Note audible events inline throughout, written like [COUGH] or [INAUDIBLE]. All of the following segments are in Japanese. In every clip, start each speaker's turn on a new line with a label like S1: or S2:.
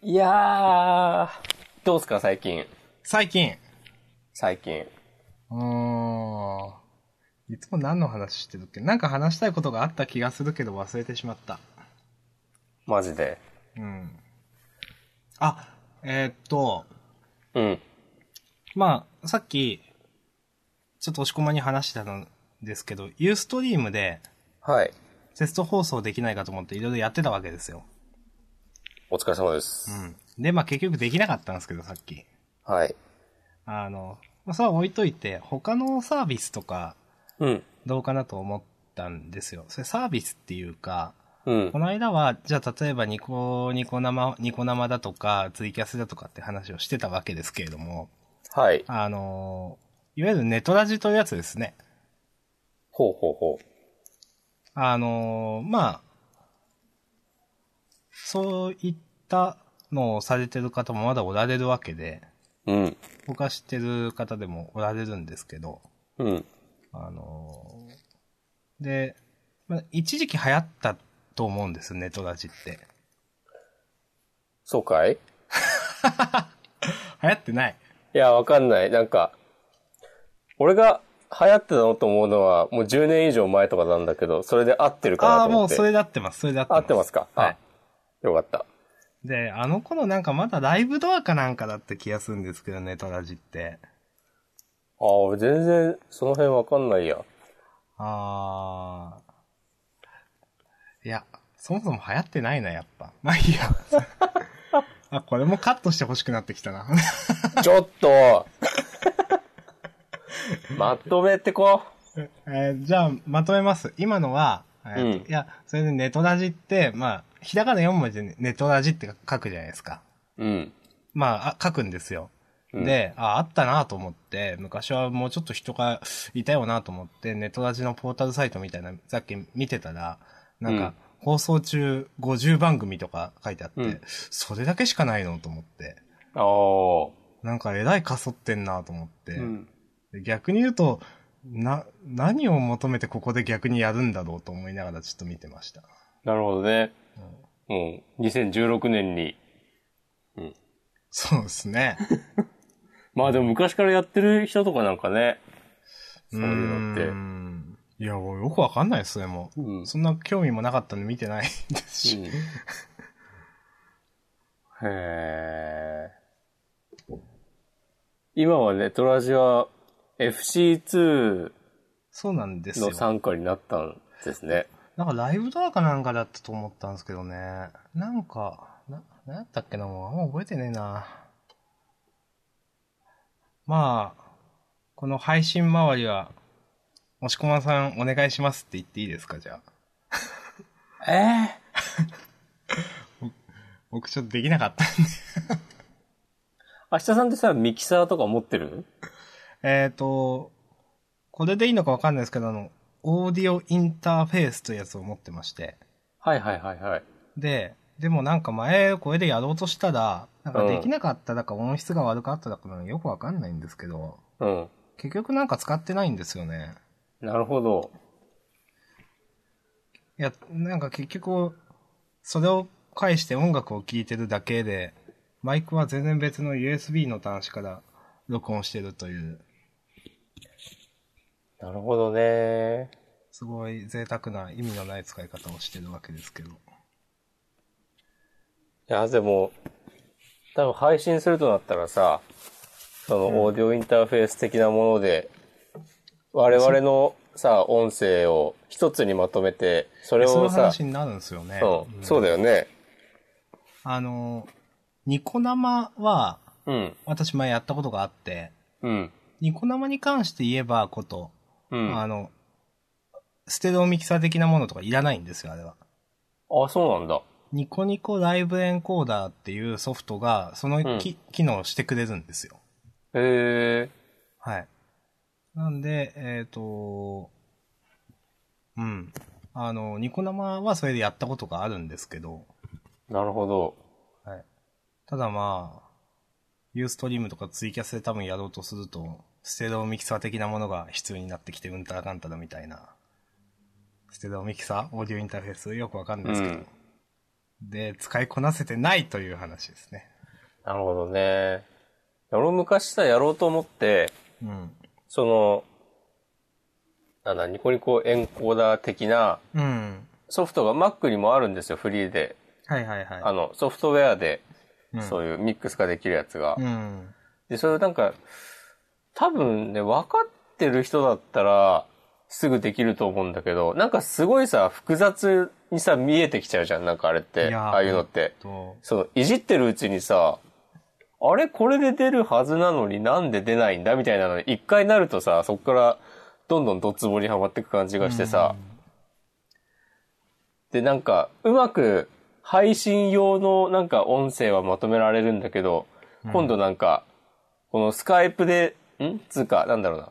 S1: いやー、どうすか最近。
S2: 最近。
S1: 最近。
S2: うーん。いつも何の話してるっけなんか話したいことがあった気がするけど忘れてしまった。
S1: マジで。
S2: うん。あ、えーっと、
S1: うん。
S2: まあ、さっき、ちょっと押し込まに話してたんですけど、ユーストリームで
S1: はい。
S2: テスト放送できないかと思っていろいろやってたわけですよ。
S1: お疲れ様です。
S2: うん。で、まあ結局できなかったんですけど、さっき。
S1: はい。
S2: あの、まあそれは置いといて、他のサービスとか
S1: うん。
S2: どうかなと思ったんですよ。それサービスっていうか、
S1: うん
S2: こ。の間は、じゃあ例えばニコ、ニコ生、ニコ生だとか、ツイキャスだとかって話をしてたわけですけれども、
S1: はい。
S2: あの、いわゆるネトラジというやつですね。
S1: ほうほうほ
S2: あの、まあ、そういったのをされてる方もまだおられるわけで、
S1: う。うん。
S2: 僕は知ってる方でもおられるんですけど、
S1: うん。
S2: あの、で、まあ一時期流行ったと思うんです、ネトラジって。
S1: そうかい
S2: 流行ってない。
S1: いや、わかんない。なんか、俺が流行ってたのと思うのは、もう10年以上前とかなんだけど、それで合ってるか
S2: あ
S1: な
S2: あ
S1: と
S2: ー、
S1: 思
S2: もう
S1: って。
S2: それで合ってます、それで合って
S1: 合
S2: ます。
S1: ってますか、
S2: はい。
S1: あよかった。
S2: で、あの頃なんかまだライブドアかなんかだった気がするんですけどね、トラジって。
S1: ああ、俺全然その辺わかんないや。
S2: あー。いや、そもそも流行ってないな、やっぱ。まあいいや。 [LAUGHS] あ、これもカットして欲しくなってきたな。 [LAUGHS]
S1: ちょっとまとめてこ
S2: えーじゃあ、まとめます。今のは、えー
S1: うん
S2: いや、それでネトラジって、まあ、ひらがな4文字でネトラジって書くじゃないですか。
S1: う。うん。
S2: まあ、あ書くんですよ。
S1: うん
S2: で、あ、あったなと思って、昔はもうちょっと人がいたよなと思って、ネットラジのポータルサイトみたいな、さっき見てたら、なん
S1: うん
S2: か、放送中50番組とか書いてあって、
S1: うん
S2: それだけしかないのと思って、
S1: ああ。
S2: なんかえらいかそってんなと思って、
S1: うん。
S2: で逆に言うと、な、何を求めてここで逆にやるんだろうと思いながらちょっと見てました。
S1: なるほどね。もう、2016年に。うん。
S2: そうですね。
S1: まあでも昔からやってる人とかなんかね。 [LAUGHS] そう
S2: う
S1: い
S2: ー
S1: うのって。
S2: ん。いや、もうよくわかんないですね、もう。
S1: うん
S2: そんな興味もなかったんで見てないですし。
S1: うん [LAUGHS] へえ。今はね、トラジは FC2
S2: そうなんですよ
S1: の。参加になったんですね。
S2: なんかライブドアかなんかだったと思ったんですけどね。なんか、な、なんやったっけな、もうあんま覚えてねえな。まあ、この配信周りは、もしこまさんお願いしますって言っていいですか、じゃあ。
S1: ええ
S2: 僕ちょっとできなかったん [LAUGHS] で。
S1: 明日さんってさ、ミキサーとか持ってる
S2: えっと、これでいいのかわかんないですけど、あの、オーディオインターフェースというやつを持ってまして。
S1: はいはいはいはい。
S2: で、でもなんか前、これでやろうとしたら、なんかできなかっただか音質が悪かっただかよくわかんないんですけど、
S1: うん。
S2: 結局なんか使ってないんですよね。
S1: なるほど。
S2: いや、なんか結局、それを介して音楽を聴いてるだけで、マイクは全然別の USB の端子から録音してるという、
S1: なるほどね。
S2: すごい贅沢な意味のない使い方をしてるわけですけど。
S1: いや、でも、多分配信するとなったらさ、そのオーディオインターフェース的なもので、我々のさ、音声を一つにまとめて、それ
S2: そうい
S1: を
S2: う
S1: さ、
S2: 話になるんですよね。
S1: うん、
S2: ん
S1: そうだよね。
S2: あの、ニコ生は、
S1: うん、
S2: 私前やったことがあって、
S1: うん、
S2: ニコ生に関して言えばこと、
S1: うん。
S2: あ
S1: あ、
S2: の、ステレオミキサー的なものとかいらないんですよ、あれは。
S1: そうなんだ。
S2: ニコニコライブエンコーダーっていうソフトが、そのき、機能をしてくれるんですよ。
S1: へえ、
S2: はい。なんで、えっ、と、うん。あの、ニコ生はそれでやったことがあるんですけど、
S1: なるほど。
S2: はい。ただまあ、ユーストリームとかツイキャスで多分やろうとすると、ステレオミキサー的なものが必要になってきて、うんたらかんたらみたいな。ステレオミキサーオーディオインターフェースよくわかんないですけど。
S1: うん
S2: で、使いこなせてないという話ですね。
S1: なるほどね。俺も昔さ、やろうと思って、
S2: うん。
S1: その、なんだ、ニコニコエンコーダー的な
S2: うん。
S1: ソフトが Mac にもあるんですよ、フリーで。
S2: はいはいはい。
S1: あの、ソフトウェアで、
S2: うん
S1: そういうミックスができるやつが。
S2: うん。
S1: で、それをなんか、多分ね、分かってる人だったら、すぐできると思うんだけど、なんかすごいさ、複雑にさ、見えてきちゃうじゃん、なんかあれって。
S2: いやー
S1: ああいうのって。
S2: と、
S1: その、いじってるうちにさ、あれこれで出るはずなのになんで出ないんだみたいなのに、一回なるとさ、そっからどんどんどつぼにはまっていく感じがしてさ、で、なんか、うまく配信用のなんか音声はまとめられるんだけど、今度なんか、このスカイプで、んつうか、なんだろうな。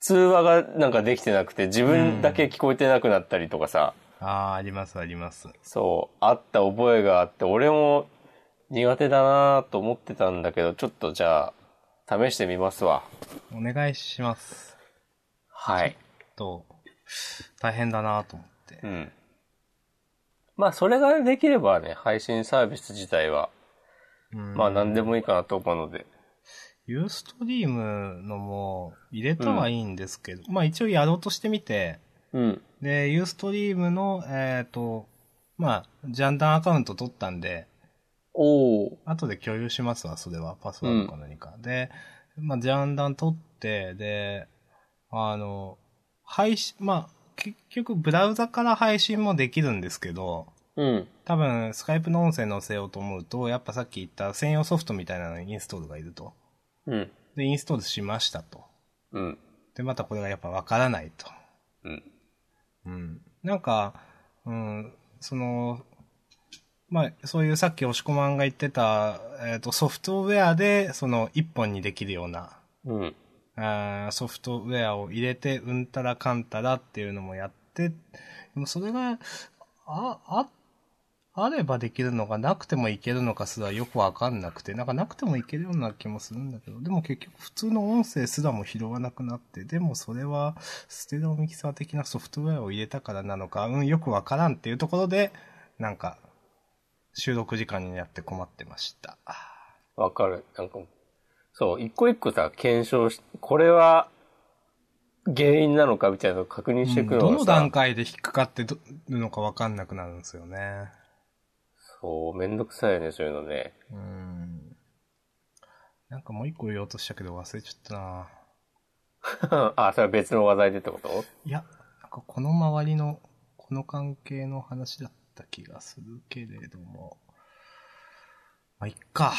S1: 通話がなんかできてなくて、自分だけ聞こえてなくなったりとかさ、
S2: ああー、ありますあります。
S1: そう、あった覚えがあって、俺も苦手だなと思ってたんだけど、ちょっとじゃあ、試してみますわ。
S2: お願いします。
S1: はい。
S2: と、大変だなと思って
S1: う。ん。まあ、それができればね、配信サービス自体は、
S2: うん
S1: まあ、何でもいいかなと思うので。
S2: ユーストリームのも入れたはいいんですけど、まあ一応やろうとしてみて、
S1: うん。
S2: で、ユーストリームの、えっ、と、まあ、ジャンダンアカウント取ったんで、
S1: おー。
S2: 後で共有しますわ、それは。パスワードか何か。で、まあ、ジャンダン取って、で、あの、配信、まあ、結局、ブラウザから配信もできるんですけど、
S1: うん。
S2: 多分、スカイプの音声載せようと思うと、やっぱさっき言った専用ソフトみたいなのにインストールがいると。
S1: うん。
S2: で、インストールしましたと。
S1: うん。
S2: で、またこれがやっぱわからないと。
S1: うん。
S2: うん。なんか、うん、その、まあ、そういうさっき押し込まんが言ってた、えっ、と、ソフトウェアで、その、一本にできるような、
S1: うん。
S2: あーソフトウェアを入れて、うんたらかんたらっていうのもやって、でもそれが、あ、あ、あればできるのか、なくてもいけるのかすらよくわかんなくて、なんかなくてもいけるような気もするんだけど、でも結局普通の音声すらも拾わなくなって、でもそれはステレオミキサー的なソフトウェアを入れたからなのか、うん、よくわからんっていうところで、なんか、収録時間になって困ってました。
S1: わかる。なんか、そう、一個一個さ、検証し、これは、原因なのかみたいなのを確認していくのがさ、
S2: どの段階で引っかかってるのかわかんなくなるんですよね。
S1: そう、めんどくさいよね、そういうのね。 [LAUGHS]
S2: うん。なんかもう一個言おうとしたけど忘れちゃったな
S1: あ、それは別の話題でってこと
S2: いや、なんかこの周りの、この関係の話だった気がするけれども。まあ、いっか。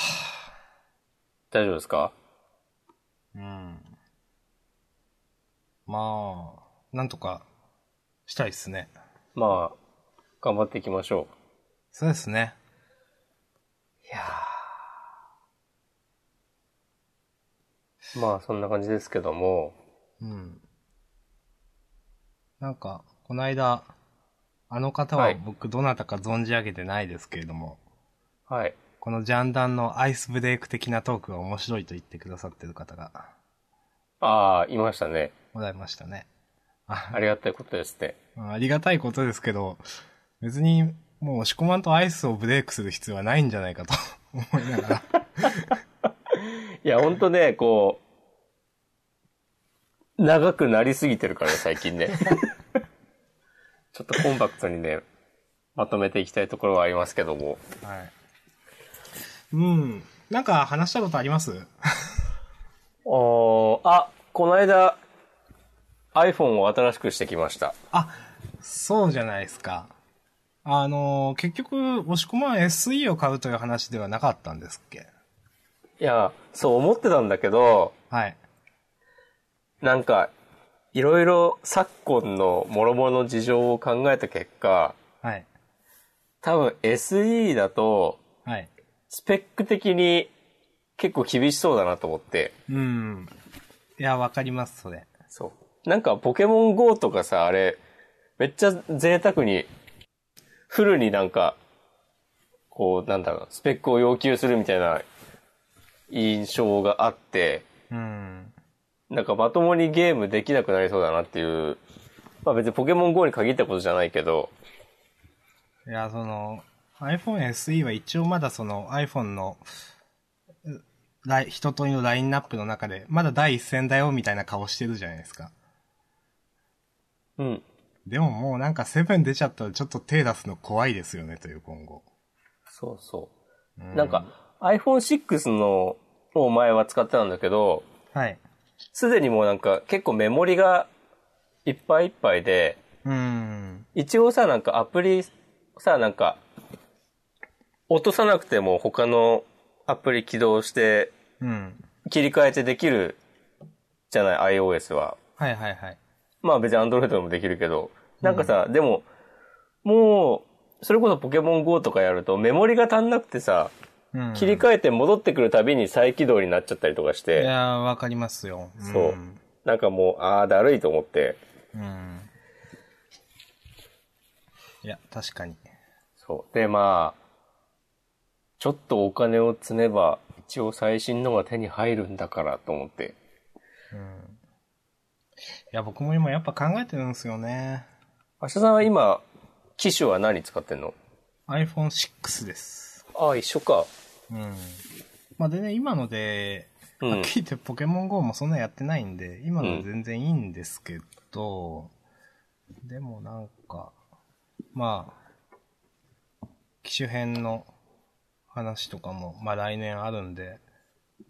S1: 大丈夫ですか
S2: うん。まあ、なんとかしたいっすね。
S1: まあ、頑張っていきましょ
S2: そうですね。
S1: う。いやーまあ、そんな感じですけども。
S2: うん。なんか、この間、あの方
S1: は
S2: はい僕どなたか存じ上げてないですけれども、
S1: はい。
S2: このジャンダンのアイスブレイク的なトークが面白いと言ってくださってる方が
S1: ああ、いましたね。
S2: ございましたね。あ
S1: ありがたいことですね。
S2: ありがたいことですけど、別にもう押し込まんとアイスをブレイクする必要はないんじゃないかと [LAUGHS] 思いながら。
S1: いや、ほんとね、こう、長くなりすぎてるからね、最近 [LAUGHS] ね。ちょっとコンパクトにね、まとめていきたいところはありますけども。
S2: はい。うん。なんか話したことあります
S1: おーあ、この間、iPhone を新しくしてきました。
S2: あ、そうじゃないですか。あのー結局、押し込まん SE を買うという話ではなかったんですっけ
S1: いや、そう思ってたんだけど、
S2: はい。
S1: なんか、いろいろ昨今の諸々の事情を考えた結果、
S2: はい。
S1: 多分 SE だと、
S2: はい。
S1: スペック的に結構厳しそうだなと思って。
S2: うん。いや、わかります、それ。
S1: そう。なんかポケモン GO とかさ、あれ、めっちゃ贅沢に、フルになんか、こう、なんだろう、スペックを要求するみたいな印象があって、
S2: うん。
S1: なんかまともにゲームできなくなりそうだなっていう、まあ別にポケモン GO に限ったことじゃないけど、
S2: いや、その、 iPhone SE は一応まだその iPhone の、うライ一通りのラインナップの中で、まだ第一線だよみたいな顔してるじゃないですか。
S1: うん。
S2: でももうなんか7出ちゃったらちょっと手出すの怖いですよねという今後。
S1: そうそう。なんか、iPhone6 のを前は使ってたんだけど、
S2: はい。
S1: すでにもうなんか結構メモリがいっぱいいっぱいで、
S2: うーん。
S1: 一応さ、なんかアプリ、さ、なんか、落とさなくても他のアプリ起動して
S2: うん。
S1: 切り替えてできるじゃない、iOS は。
S2: はいはいはい。
S1: まあ別に Android でもできるけど。なんかさ、でも、もう、それこそポケモン GO とかやるとメモリが足んなくてさ、
S2: うん。
S1: 切り替えて戻ってくるたびに再起動になっちゃったりとかし
S2: い
S1: て、
S2: やー、わかりますよ。ん
S1: そう。なんかもう、ああ、だるいと思って、
S2: うん。いや、確かに。
S1: そう。で、まあ、ちょっとお金を積めば、一応最新のが手に入るんだからと思って。
S2: いや、僕も今やっぱ考えてるんですよね。
S1: 明日さんは今、機種は何使ってんの
S2: iPhone6 です。
S1: ああ、一緒か。
S2: うん。まあでね、今ので、
S1: うん
S2: はっきり言ってポケモン GO もそんなやってないんで、今の全然いいんですけど、でもなんか、まあ、機種編の話とかも、まあ来年あるんで、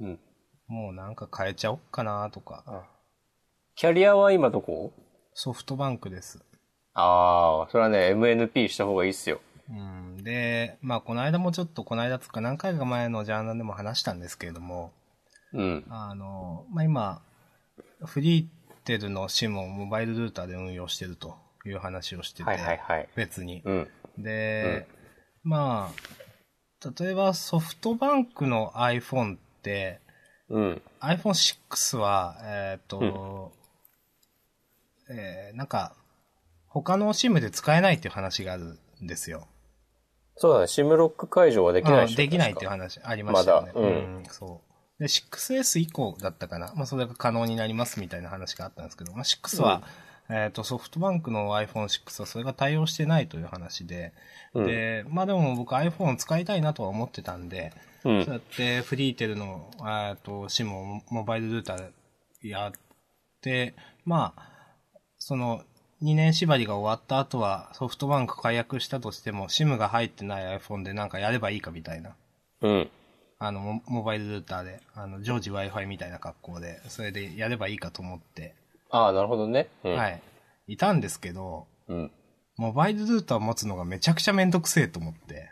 S1: うん。
S2: もうなんか変えちゃおっかなとか、
S1: キャリアは今どこ
S2: ソフトバンクです。
S1: ああ、それはね、MNP した方がいいっすよ。
S2: うん、で、まあこの間もちょっと、この間つうか何回か前のジャーナルでも話したんですけれども、
S1: うん。
S2: あの、まあ、今、フリーテルの SIM をモバイルルーターで運用してるという話をしてて、
S1: はいはいはい。
S2: 別に。
S1: うん。
S2: で、まあ、例えばソフトバンクの iPhone って、
S1: うん。
S2: iPhone6 は、えっ、と、えーなんか、他の SIM で使えないっていう話があるんですよ。
S1: そうだね、シムロック解除はできない
S2: うんできないっていう
S1: う。
S2: 話ありましたよね。
S1: まだうん
S2: そう。で、6S 以降だったかな。まあ、それが可能になりますみたいな話があったんですけど、まあ、6は、えっ、と、ソフトバンクの iPhone6 はそれが対応してないという話で、
S1: うん
S2: で、まあでも僕 iPhone を使いたいなとは思ってたんで、
S1: う
S2: そうや
S1: ん。
S2: ってフリーテルの、えーと、SIM をモバイルルーターでやって、まあ、その、2年縛りが終わった後はソフトバンク解約したとしても SIM が入ってない iPhone でなんかやればいいかみたいな。
S1: うん。
S2: あの、モモバイルルーターで、あの、常時 Wi-Fi みたいな格好で、それでやればいいかと思って、
S1: ああ、なるほどね。うん。。
S2: はいい。いたんですけど、
S1: うん。
S2: モバイルルーターを持つのがめちゃくちゃめんどくせえと思って。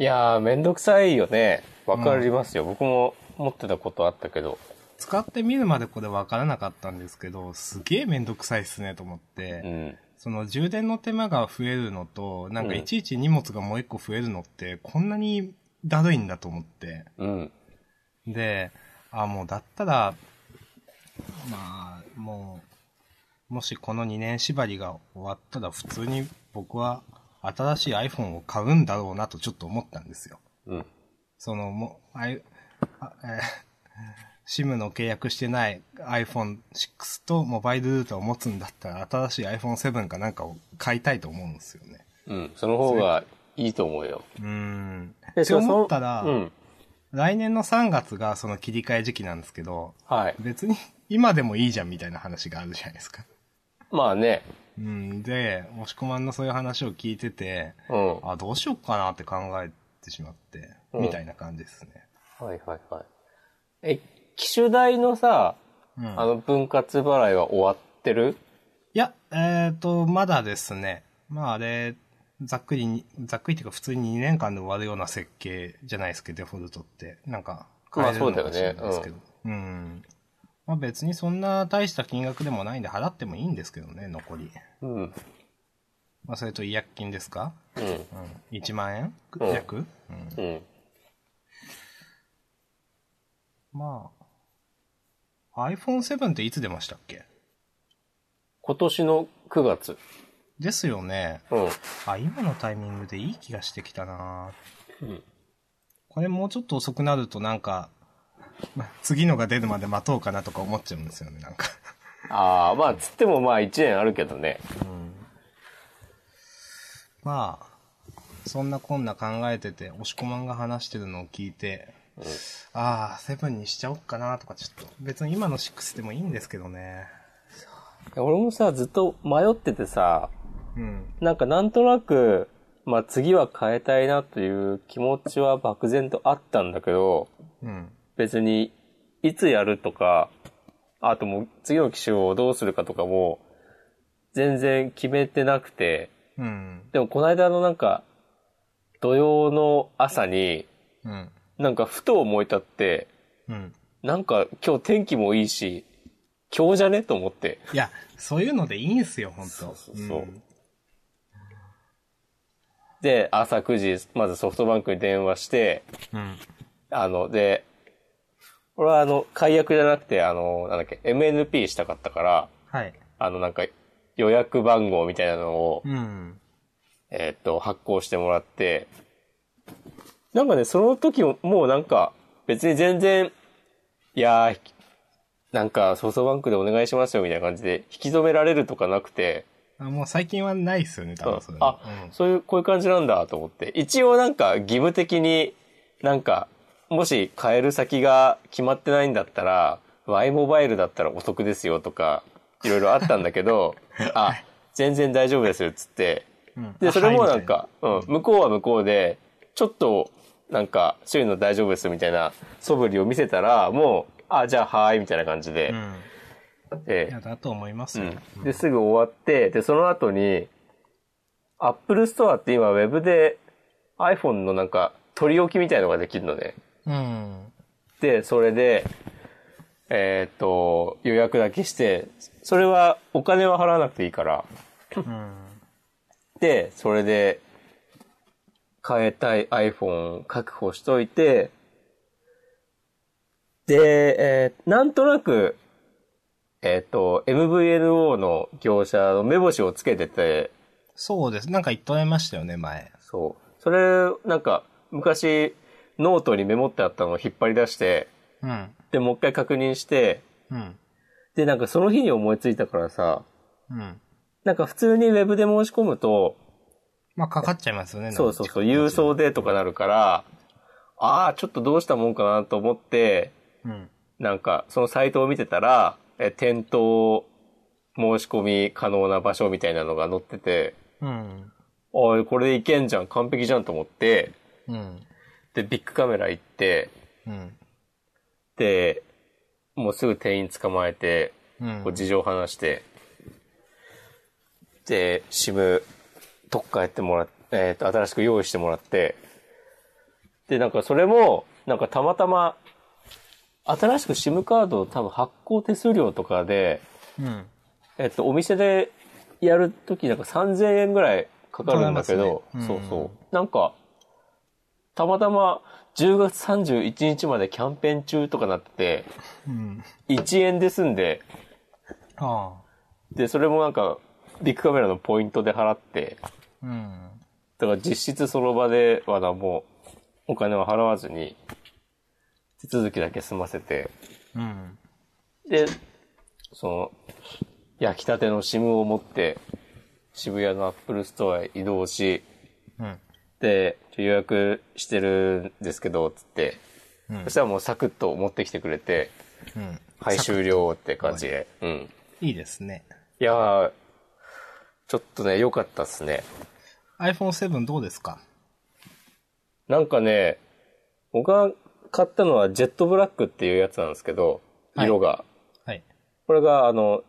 S1: いやー、めんどくさいよね。わかりますよ、僕も持ってたことあったけど。
S2: 使ってみるまでこれ分からなかったんですけど、すげえめんどくさいっすねと思って、
S1: うん。
S2: その充電の手間が増えるのと、なんか
S1: うん
S2: いちいち荷物がもう一個増えるのって、こんなにだるいんだと思って。
S1: うん。
S2: で、あ、もうだったら、まあ、もう、もしこの2年縛りが終わったら普通に僕は新しい iPhone を買うんだろうなとちょっと思ったんですよ。
S1: うん。
S2: その、もう、あい、あえー [LAUGHS] SIM の契約してない iPhone6 とモバイルルーターを持つんだったら新しい iPhone7 かなんかを買いたいと思うんですよね。
S1: うん。その方がいいと思うよ。
S2: うーん。
S1: え
S2: って思ったら、
S1: うん。
S2: 来年の3月がその切り替え時期なんですけど、
S1: はい。
S2: 別に今でもいいじゃんみたいな話があるじゃないですか。
S1: まあね。
S2: うん。で、押し込まんのそういう話を聞いてて、
S1: うん。は
S2: あ、どうしようかなって考えてしまって、
S1: うん
S2: みたいな感じですね。
S1: いはいはい。え、機種代のさ、
S2: うん。
S1: あの分割払いは終わってる
S2: いや、えっ、と、まだですね。まあ、あれ、ざっくりに、ざっくりっていうか普通に2年間で終わるような設計じゃないですけど、デフォルトって。なんか、変えれるのかもしれないですけど。うん。まあ別にそんな大した金額でもないんで払ってもいいんですけどね、残り。
S1: うん。うん。
S2: まあそれと違約金ですかうん。1万円
S1: うん
S2: 約、うん、
S1: うん。
S2: まあ、iPhone7 っていつ出ましたっけ
S1: 今年の9月。
S2: ですよね。
S1: うん。
S2: あ、今のタイミングでいい気がしてきたな
S1: うん
S2: これもうちょっと遅くなるとなんか、ま次のが出るまで待とうかなとか思っちゃうんですよね、なんか。 [LAUGHS]
S1: ああ、まあ、つってもまあ1年あるけどね。
S2: まあ、そんなこんな考えてて、押し込まんが話してるのを聞いて、ああ、セブンにしちゃおっかなとか、ちょっと、別に今の6でもいいんですけどね。
S1: 俺もさ、ずっと迷っててさ、
S2: うん。
S1: なんかなんとなく、まあ次は変えたいなという気持ちは漠然とあったんだけど、
S2: うん。
S1: 別にいつやるとか、あともう次の機種をどうするかとかも、全然決めてなくて、
S2: うん。
S1: でもこの間のなんか、土曜の朝に、
S2: うん。
S1: なんかふと思い立って、
S2: うん。
S1: なんか今日天気もいいし、今日じゃねと思って。
S2: いや、そういうのでいいんすよ、ほんと。
S1: そうそうそうんで、朝9時、まずソフトバンクに電話して、
S2: うん。
S1: あの、で、俺はあの、解約じゃなくて、あの、なんだっけ、MNP したかったから、
S2: はい。
S1: あの、なんか、予約番号みたいなのを、
S2: うん。
S1: えーっと、発行してもらって、なんかね、その時も、もうなんか、別に全然、いやー、ひなんか、ソフトバンクでお願いしますよ、みたいな感じで、引き止められるとかなくて、
S2: あもう最近はないっすよね、多分それ
S1: あ
S2: は。、
S1: そういう、こういう感じなんだと思って。一応なんか義務的になんか、もし買える先が決まってないんだったら、Y モバイルだったらお得ですよとか、いろいろあったんだけ
S2: [LAUGHS]
S1: ど、あ、全然大丈夫ですよっつって。
S2: うん。うん
S1: で、それもなん、
S2: あはい
S1: か、うん、向こうは向こうで、ちょっと、なんか、周囲の大丈夫ですみたいな素振りを見せたら、もう、あ、じゃあ、はーい、みたいな感じで
S2: みたい、なうん。
S1: え
S2: い
S1: ー
S2: や、だと思いますよ。
S1: うん、で、すぐ終わって、で、その後に、Apple Store って今ウェブで iPhone のなんか取り置きみたいのができるのね。
S2: うん。
S1: で、それで、えーっと、予約だけして、それはお金は払わなくていいから。
S2: うん。
S1: で、それで、変えたい iPhone 確保しといて、で、えーなんとなく、えーっ、と、MVNO の業者の目星をつけてて、
S2: そうです。なんか言っとられましたよね、前。
S1: そう。それ、なんか、昔、ノートにメモってあったのを引っ張り出して、
S2: うん。
S1: で、もう一回確認して、
S2: うん。
S1: で、なんかその日に思いついたからさ、
S2: うん。
S1: なんか普通にウェブで申し込むと、
S2: まあ、かかっちゃいますよね。
S1: そうそうそう、
S2: なんか
S1: 郵送でとかなるから、ああ、ちょっとどうしたもんかなと思って、
S2: うん。
S1: なんか、そのサイトを見てたら、え、店頭申し込み可能な場所みたいなのが載ってて、
S2: うん。
S1: おい、これでいけんじゃん、完璧じゃんと思って、
S2: うん。
S1: で、ビッグカメラ行って、
S2: うん。
S1: で、もうすぐ店員捕まえて、
S2: うん。
S1: こう事情話して、で、SIM、特化やってもらっえっ、と、新しく用意してもらって、で、なんかそれも、なんかたまたま、新しく SIM カードを多分発行手数料とかで、
S2: うん。
S1: えっ、と、お店でやるときなんか3000円ぐらいかかるんだけど、
S2: 取られますねうん
S1: そうそう。なんか、たまたま10月31日までキャンペーン中とかなって
S2: うん。
S1: て、1円で済んで、
S2: あ
S1: で、それもなんか、ビッグカメラのポイントで払って、
S2: あ。うん。
S1: だから実質その場ではな、もう、お金は払わずに、手続きだけ済ませて、
S2: うん。
S1: で、その、焼きたての SIM を持って、渋谷のアップルストアへ移動し、
S2: うん。
S1: で、ちょ予約してるんですけど、つって、
S2: うん
S1: そしたらもうサクッと持ってきてくれて、
S2: うん。
S1: はい、終了って感じで。うん。
S2: いいですね。
S1: いやー、ちょっとね、良かったっすね。
S2: iPhone7 どうですか
S1: なんかね、僕が買ったのはジェットブラックっていうやつなんですけど、
S2: はい
S1: 色が。
S2: はい。
S1: これがあの、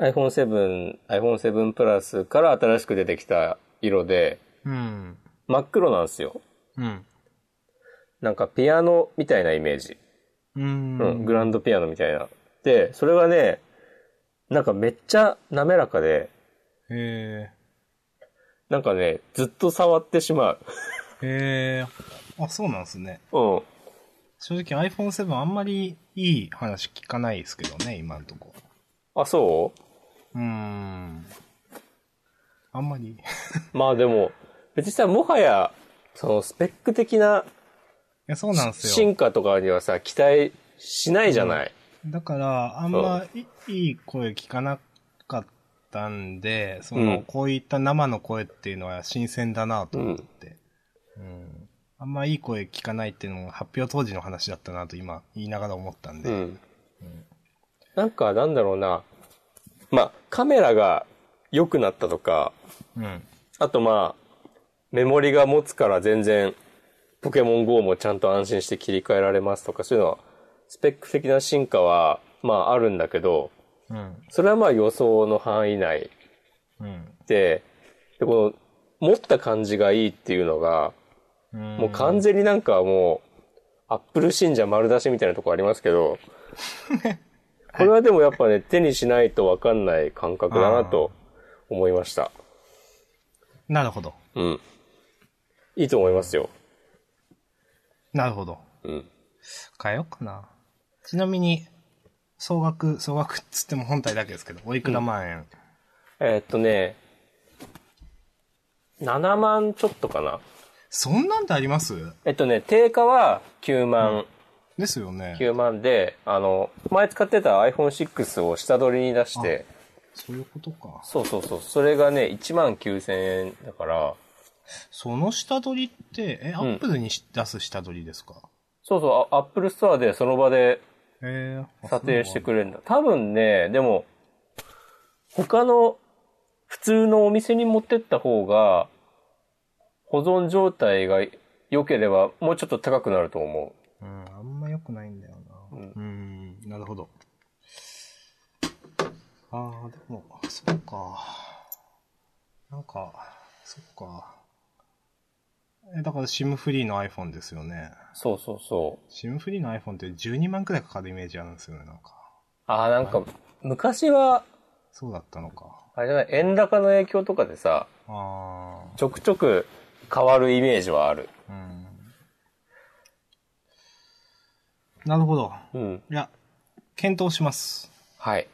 S1: iPhone7、iPhone7 プラスから新しく出てきた色で、
S2: うん。
S1: 真っ黒なんですよ。
S2: うん。
S1: なんかピアノみたいなイメージ。
S2: う。
S1: うんん、グランドピアノみたいな。で、それがね、なんかめっちゃ滑らかで、
S2: へ
S1: なんかね、ずっと触ってしまう。
S2: え。へえ。あ、そうなんですね。
S1: うん。
S2: 正直 iPhone7 あんまりいい話聞かないですけどね、今のとこ。
S1: あ、そう
S2: ーん。あんまり。
S1: うまあでも、別にさ、もはや、そのスペック的ない
S2: や、そうなんですよ。
S1: 進化とかにはさ、期待しないじゃない。
S2: だから、あんまいいい声聞かなかっったんで、その、
S1: うん
S2: こういった生の声っていうのは新鮮だなと思って、うん。あんまいい声聞かないっていうのも発表当時の話だったなと今言いながら思ったんで。
S1: うん。なんか、なんだろうな。まあ、カメラが良くなったとか、
S2: うん。
S1: あとまあ、メモリが持つから全然、ポケモン GO もちゃんと安心して切り替えられますとか、そういうのは、スペック的な進化は、まああるんだけど、
S2: うん。
S1: それはまあ予想の範囲内
S2: うん。
S1: で、でこの、持った感じがいいっていうのが、
S2: うん。
S1: もう完全になんかもう、アップル信者丸出しみたいなとこありますけど、これはでもやっぱね、手にしないとわかんない感覚だなと思いました。
S2: なるほど。
S1: うん。いいと思いますよ。
S2: なるほど。
S1: うん。
S2: 変えようかな。ちなみに、総額、総額っつっても本体だけですけど、おいくら万円、
S1: えーっとね、7万ちょっとかな。
S2: そんなんであります
S1: えっとね、定価は9万、
S2: ですよね。
S1: 9万で、あの、前使ってた iPhone6 を下取りに出して、
S2: そういうことか。
S1: そうそうそう、それがね、1万9000円だから、
S2: その下取りって、え、ア
S1: ん
S2: ップルにし出す下取りですか
S1: そうそう、アップルストアでその場で
S2: ええ
S1: 査定してく
S2: る。
S1: れるんだ。多分ね、でも、他の普通のお店に持ってった方が、保存状態が良ければ、もうちょっと高くなると思
S2: うん、あんま良くないんだよな。うん、なるほど。ああ、でも、そっか。なんか、そっか。え、だから SIM フリーの iPhone ですよね。
S1: う。そうそうそう。
S2: SIM フリーの iPhone って12万くらいかかるイメージあるんですよね、なんか。
S1: ああ、なんか、昔は、
S2: そうだったのか。
S1: あれじゃない、円高の影響とかでさ、
S2: あ
S1: ちょくちょく変わるイメージはある。
S2: あ、うん。なるほど。
S1: うん。
S2: いや、検討します。
S1: はい。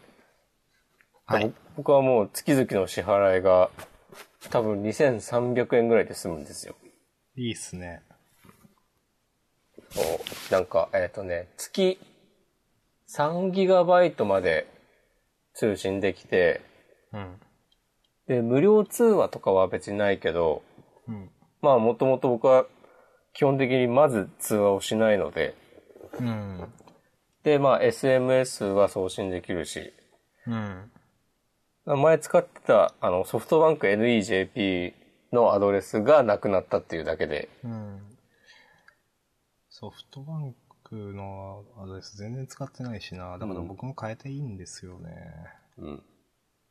S2: はい。
S1: 僕はもう月々の支払いが、多分2300円ぐらいで済むんですよ。
S2: いいっすね。
S1: こうなんか、えっ、とね、月 3GB まで通信できて、
S2: うん。
S1: で、無料通話とかは別にないけど、
S2: うん。
S1: まあもともと僕は基本的にまず通話をしないので、
S2: うん。
S1: で、まあ SMS は送信できるし、
S2: うん。
S1: 前使ってたあのソフトバンク NEJP のアドレスがなくなったっていうだけで、
S2: うん。ソフトバンクのアドレス全然使ってないしな。だから僕も変えていいんですよね。
S1: うん、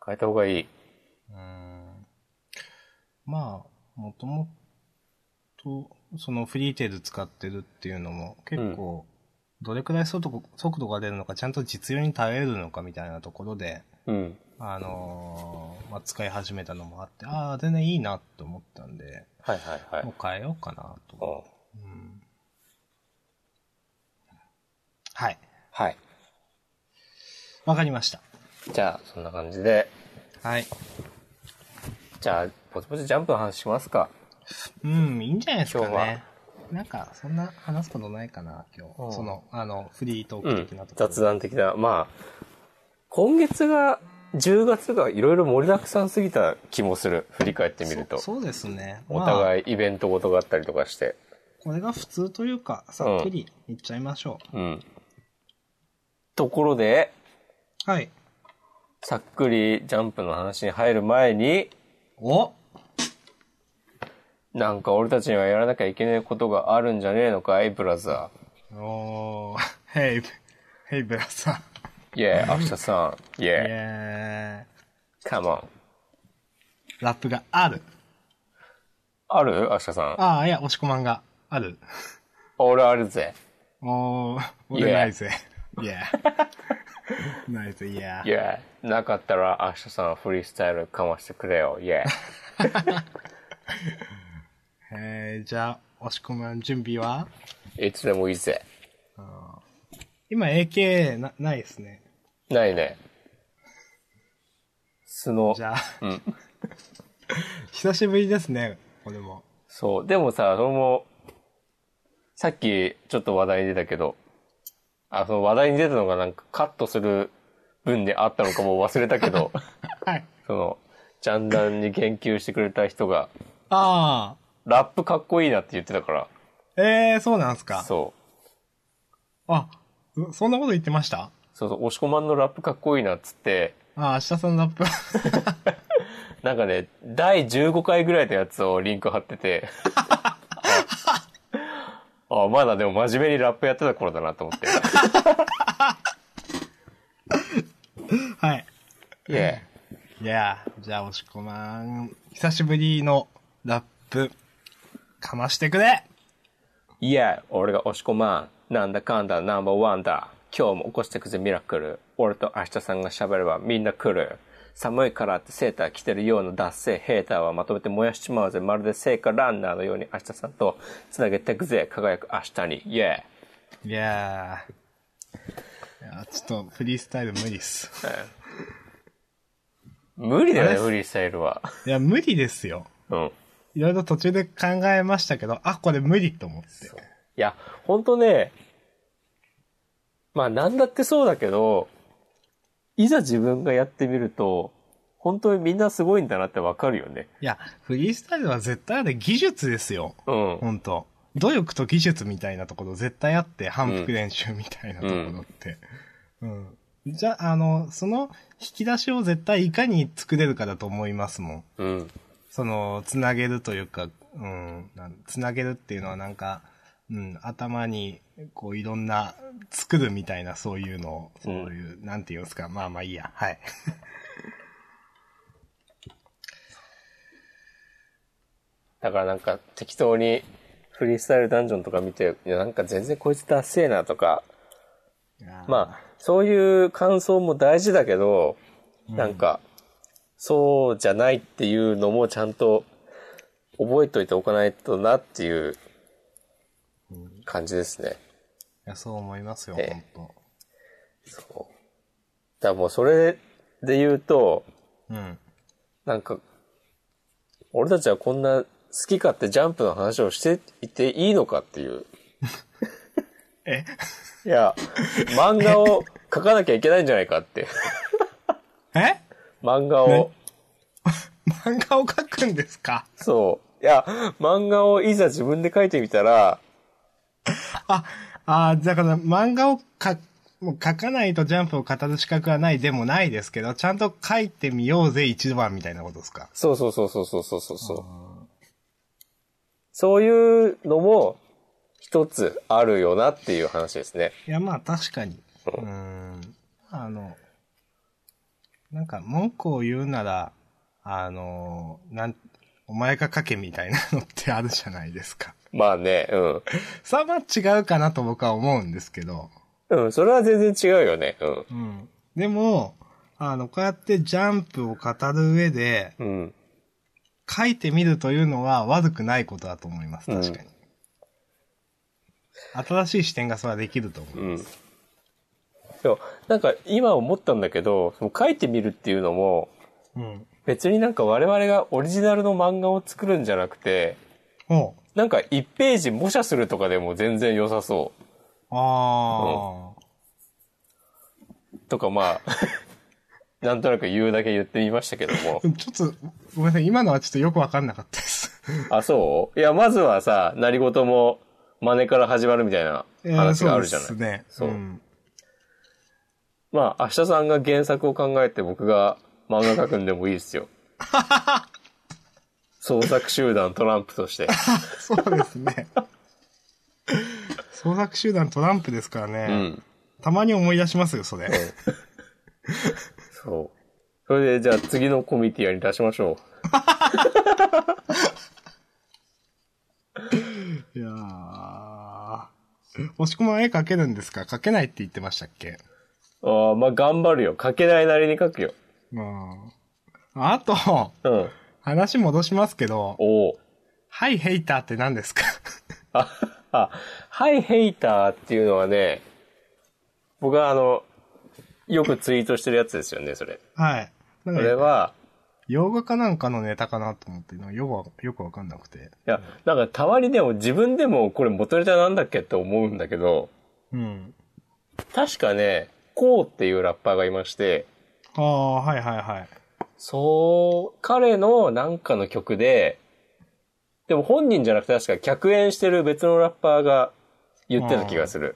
S1: 変えた方がいい。
S2: うん。まあ、もともと、そのフリーテール使ってるっていうのも結構、どれくらい速度速度が出るのか、ちゃんと実用に耐えるのかみたいなところで、
S1: うん。
S2: あのーまあ、使い始めたのもあって、ああ、全然いいなと思ったんで、
S1: はいはいはい
S2: もう。変えようかなと。
S1: うん
S2: うん、はい。
S1: はい。
S2: わかりました。
S1: じゃあ、そんな感じで。
S2: はい。
S1: じゃあ、ポチポチジャンプの話しますか。
S2: うん、いいんじゃないですか
S1: 今日は
S2: ね。なんか、そんな話すことないかな、今
S1: うん
S2: 日。その、あの、フリート
S1: う
S2: ーク
S1: ん
S2: 的なと。ころ。
S1: 雑談的な。まあ、今月が、10月がいろいろ盛りだくさんすぎた気もする。振り返ってみると。
S2: そそうですね。
S1: お
S2: まあ
S1: 互いイベントごとがあったりとかして。
S2: これが普通というか、さっくりいっちゃいましょ
S1: うん。ところで、
S2: う。はい。
S1: さっくりジャンプの話に入る前に、
S2: お
S1: なんか俺たちにはやらなきゃいけないことがあるんじゃねえのかい、ブラザ
S2: おー、 [LAUGHS] ヘイブ、ヘイブラさん。
S1: ー。イェーイ、アキタさん。イ
S2: イ
S1: ェーイ、
S2: ェーイ。
S1: カモン。
S2: ラップがある。
S1: あるアキタさん。
S2: ああ、いや、押し込まんがある。
S1: 俺あるぜ。
S2: おー、
S1: い
S2: 俺
S1: や
S2: ないぜ。い [LAUGHS] や。ないぜ、いや
S1: イ。ェーイ。なかったらアキタさんフリースタイルかましてくれよ。イ
S2: [LAUGHS]
S1: ェーイ。
S2: えー、じゃあ、押し込まん準備はい
S1: つでもいいぜ。
S2: 今 AK な、ないですね。
S1: ないね。素の
S2: じ。ゃあ、
S1: うん。
S2: [LAUGHS] 久しぶりですね、俺も。
S1: そう。でもさ、それも、さっきちょっと話題に出たけど、あ、その話題に出たのがなんかカットする分であったのかも忘れたけど、
S2: [LAUGHS] はい。
S1: その、ジャンダンに言及してくれた人が、
S2: あ
S1: ラップかっこいいなって言ってたか
S2: あ。ええー、そうなんす
S1: ら、
S2: か。
S1: そう。
S2: あ、うそんなこと言ってました
S1: そうそう、押し込まんのラップかっこいいなっつって、
S2: ああ、明日さんのラップ。
S1: なんかね、第15回ぐらいのやつをリンク貼って
S2: [LAUGHS]
S1: て、ああ、まだでも真面目にラップやってた頃だなと思って。
S2: [LAUGHS] はい。
S1: いえ、
S2: いやーじゃあ、押し込まん。久しぶりのラップ、かましてくれ
S1: いえ、俺が押し込まん。なんだかんだナンバーワンだ。今日も起こしてくぜミラクル。俺と明日さんが喋ればみんな来る。寒いからってセーター着てるような脱製ヘーターはまとめて燃やしちまうぜ。まるで聖火ランナーのように明日さんと繋げてくぜ。輝く明日に。イエ
S2: いやーいやーちょっとフリースタイル無理っす。
S1: 無理だよ
S2: あ
S1: ね、
S2: れ
S1: フリースタイルは。
S2: いや、無理ですよ。
S1: うん。
S2: いろいろ途中で考えましたけど、あ、これ無理と思って。
S1: いや、ほんとね、まあなんだってそうだけど、いざ自分がやってみると、本当にみんなすごいんだなってわかるよね。
S2: いや、フリースタイルは絶対あれ技術ですよ。
S1: うん。
S2: ほんと。努力と技術みたいなところ絶対あって、反復練習みたいなところって。うん。じゃあ、あの、その引き出しを絶対いかに作れるかだと思いますもん。
S1: うん。
S2: その、つなげるというか、うん、なんつなげるっていうのはなんか、うん、頭に、こう、いろんな、作るみたいな、そういうのを、そういう、なんていうんですか、まあまあいいや、 [LAUGHS] はい。
S1: だからなんか適当にフリースタイルダンジョンとか見て、いやなんか全然こいつダッセーなとか、
S2: まあ、
S1: まあそういう感想も大事だけど、なんかそうじゃないっていうのもちゃんと覚えといておかないとなっていう感じですね。
S2: いやそう思いますよ、
S1: ええ
S2: 本当
S1: そう。だからもうそれで言うと、
S2: うん。
S1: なんか、俺たちはこんな好き勝手ジャンプの話をしていていいのかっていう。
S2: え [LAUGHS]
S1: いや、漫画を描かなきゃいけないんじゃないかって。
S2: え [LAUGHS]
S1: 漫画を。
S2: 漫画を描くんですか
S1: そう。いや、漫画をいざ自分で描いてみたら、
S2: あ、あーだから漫画をか、もう描かないとジャンプを語る資格はないでもないですけど、ちゃんと描いてみようぜ、一番みたいなことですか。
S1: そうそうそうそうそうそうそうそう。そういうのも一つあるよなっていう話ですね。
S2: いや、まあ確かに。
S1: う
S2: うーん。あの、なんか文句を言うなら、あの、なん、お前が書けみたいなのってあるじゃないですか。 [LAUGHS]
S1: まあね、うん。
S2: さあまあ違うかなと僕は思うんですけど。
S1: うん、それは全然違うよね。うん。
S2: うん。でも、あの、こうやってジャンプを語る上で、
S1: うん。
S2: 書いてみるというのは悪くないことだと思います。確かに。新しい視点がそれはできると思う。
S1: うん。そう。なんか今思ったんだけど、その書いてみるっていうのも、
S2: うん。
S1: 別になんか我々がオリジナルの漫画を作るんじゃなくて、
S2: おう
S1: なんか1ページ模写するとかでも全然良さそ
S2: ああ。
S1: う。とかまあ、 [LAUGHS] なんとなく言うだけ言ってみましたけども
S2: う。んちょっと、ごめんなさい。今のはちょっとよくわかんなかったです。
S1: [LAUGHS] あ、そういや、まずはさ、何事も真似から始まるみたいな話があるじゃない。
S2: えーそうですね。
S1: そうんまあ、明日さんが原作を考えて僕が漫画描くんでもいいですよ。創作集団トランプとして。
S2: そうですね。 [LAUGHS] 創作集団トランプですからね。
S1: うん。
S2: たまに思い出しますよ、それ。
S1: そう。それで、じゃあ次のコミティアに出しましょ
S2: いやー。押し込まん絵描けるんですか描けないって言ってましたっけ
S1: う。ああ、まあ、頑張るよ。書けないなりに書くよ。
S2: うん。あと、
S1: うん。
S2: 話戻しますけど、
S1: おお。
S2: はい、ヘイターって何ですか [LAUGHS]
S1: あ、あ、ハイヘイターっていうのはね、僕はあの、よくツイートしてるやつですよね、それ。
S2: はい。な
S1: そ
S2: ん
S1: れ
S2: か、
S1: は、
S2: 洋画かなんかのネタかなと思って、なんかよくわよくわかんなくて。
S1: いや、なんかたまにでも自分でもこれ元ネタなんだっけって思うんだけど、
S2: うん。
S1: 確かね、こうっていうラッパーがいまして、
S2: ああ、はいはいはい。
S1: そう、彼のなんかの曲で、でも本人じゃなくて確か客演してる別のラッパーが言ってた気がする。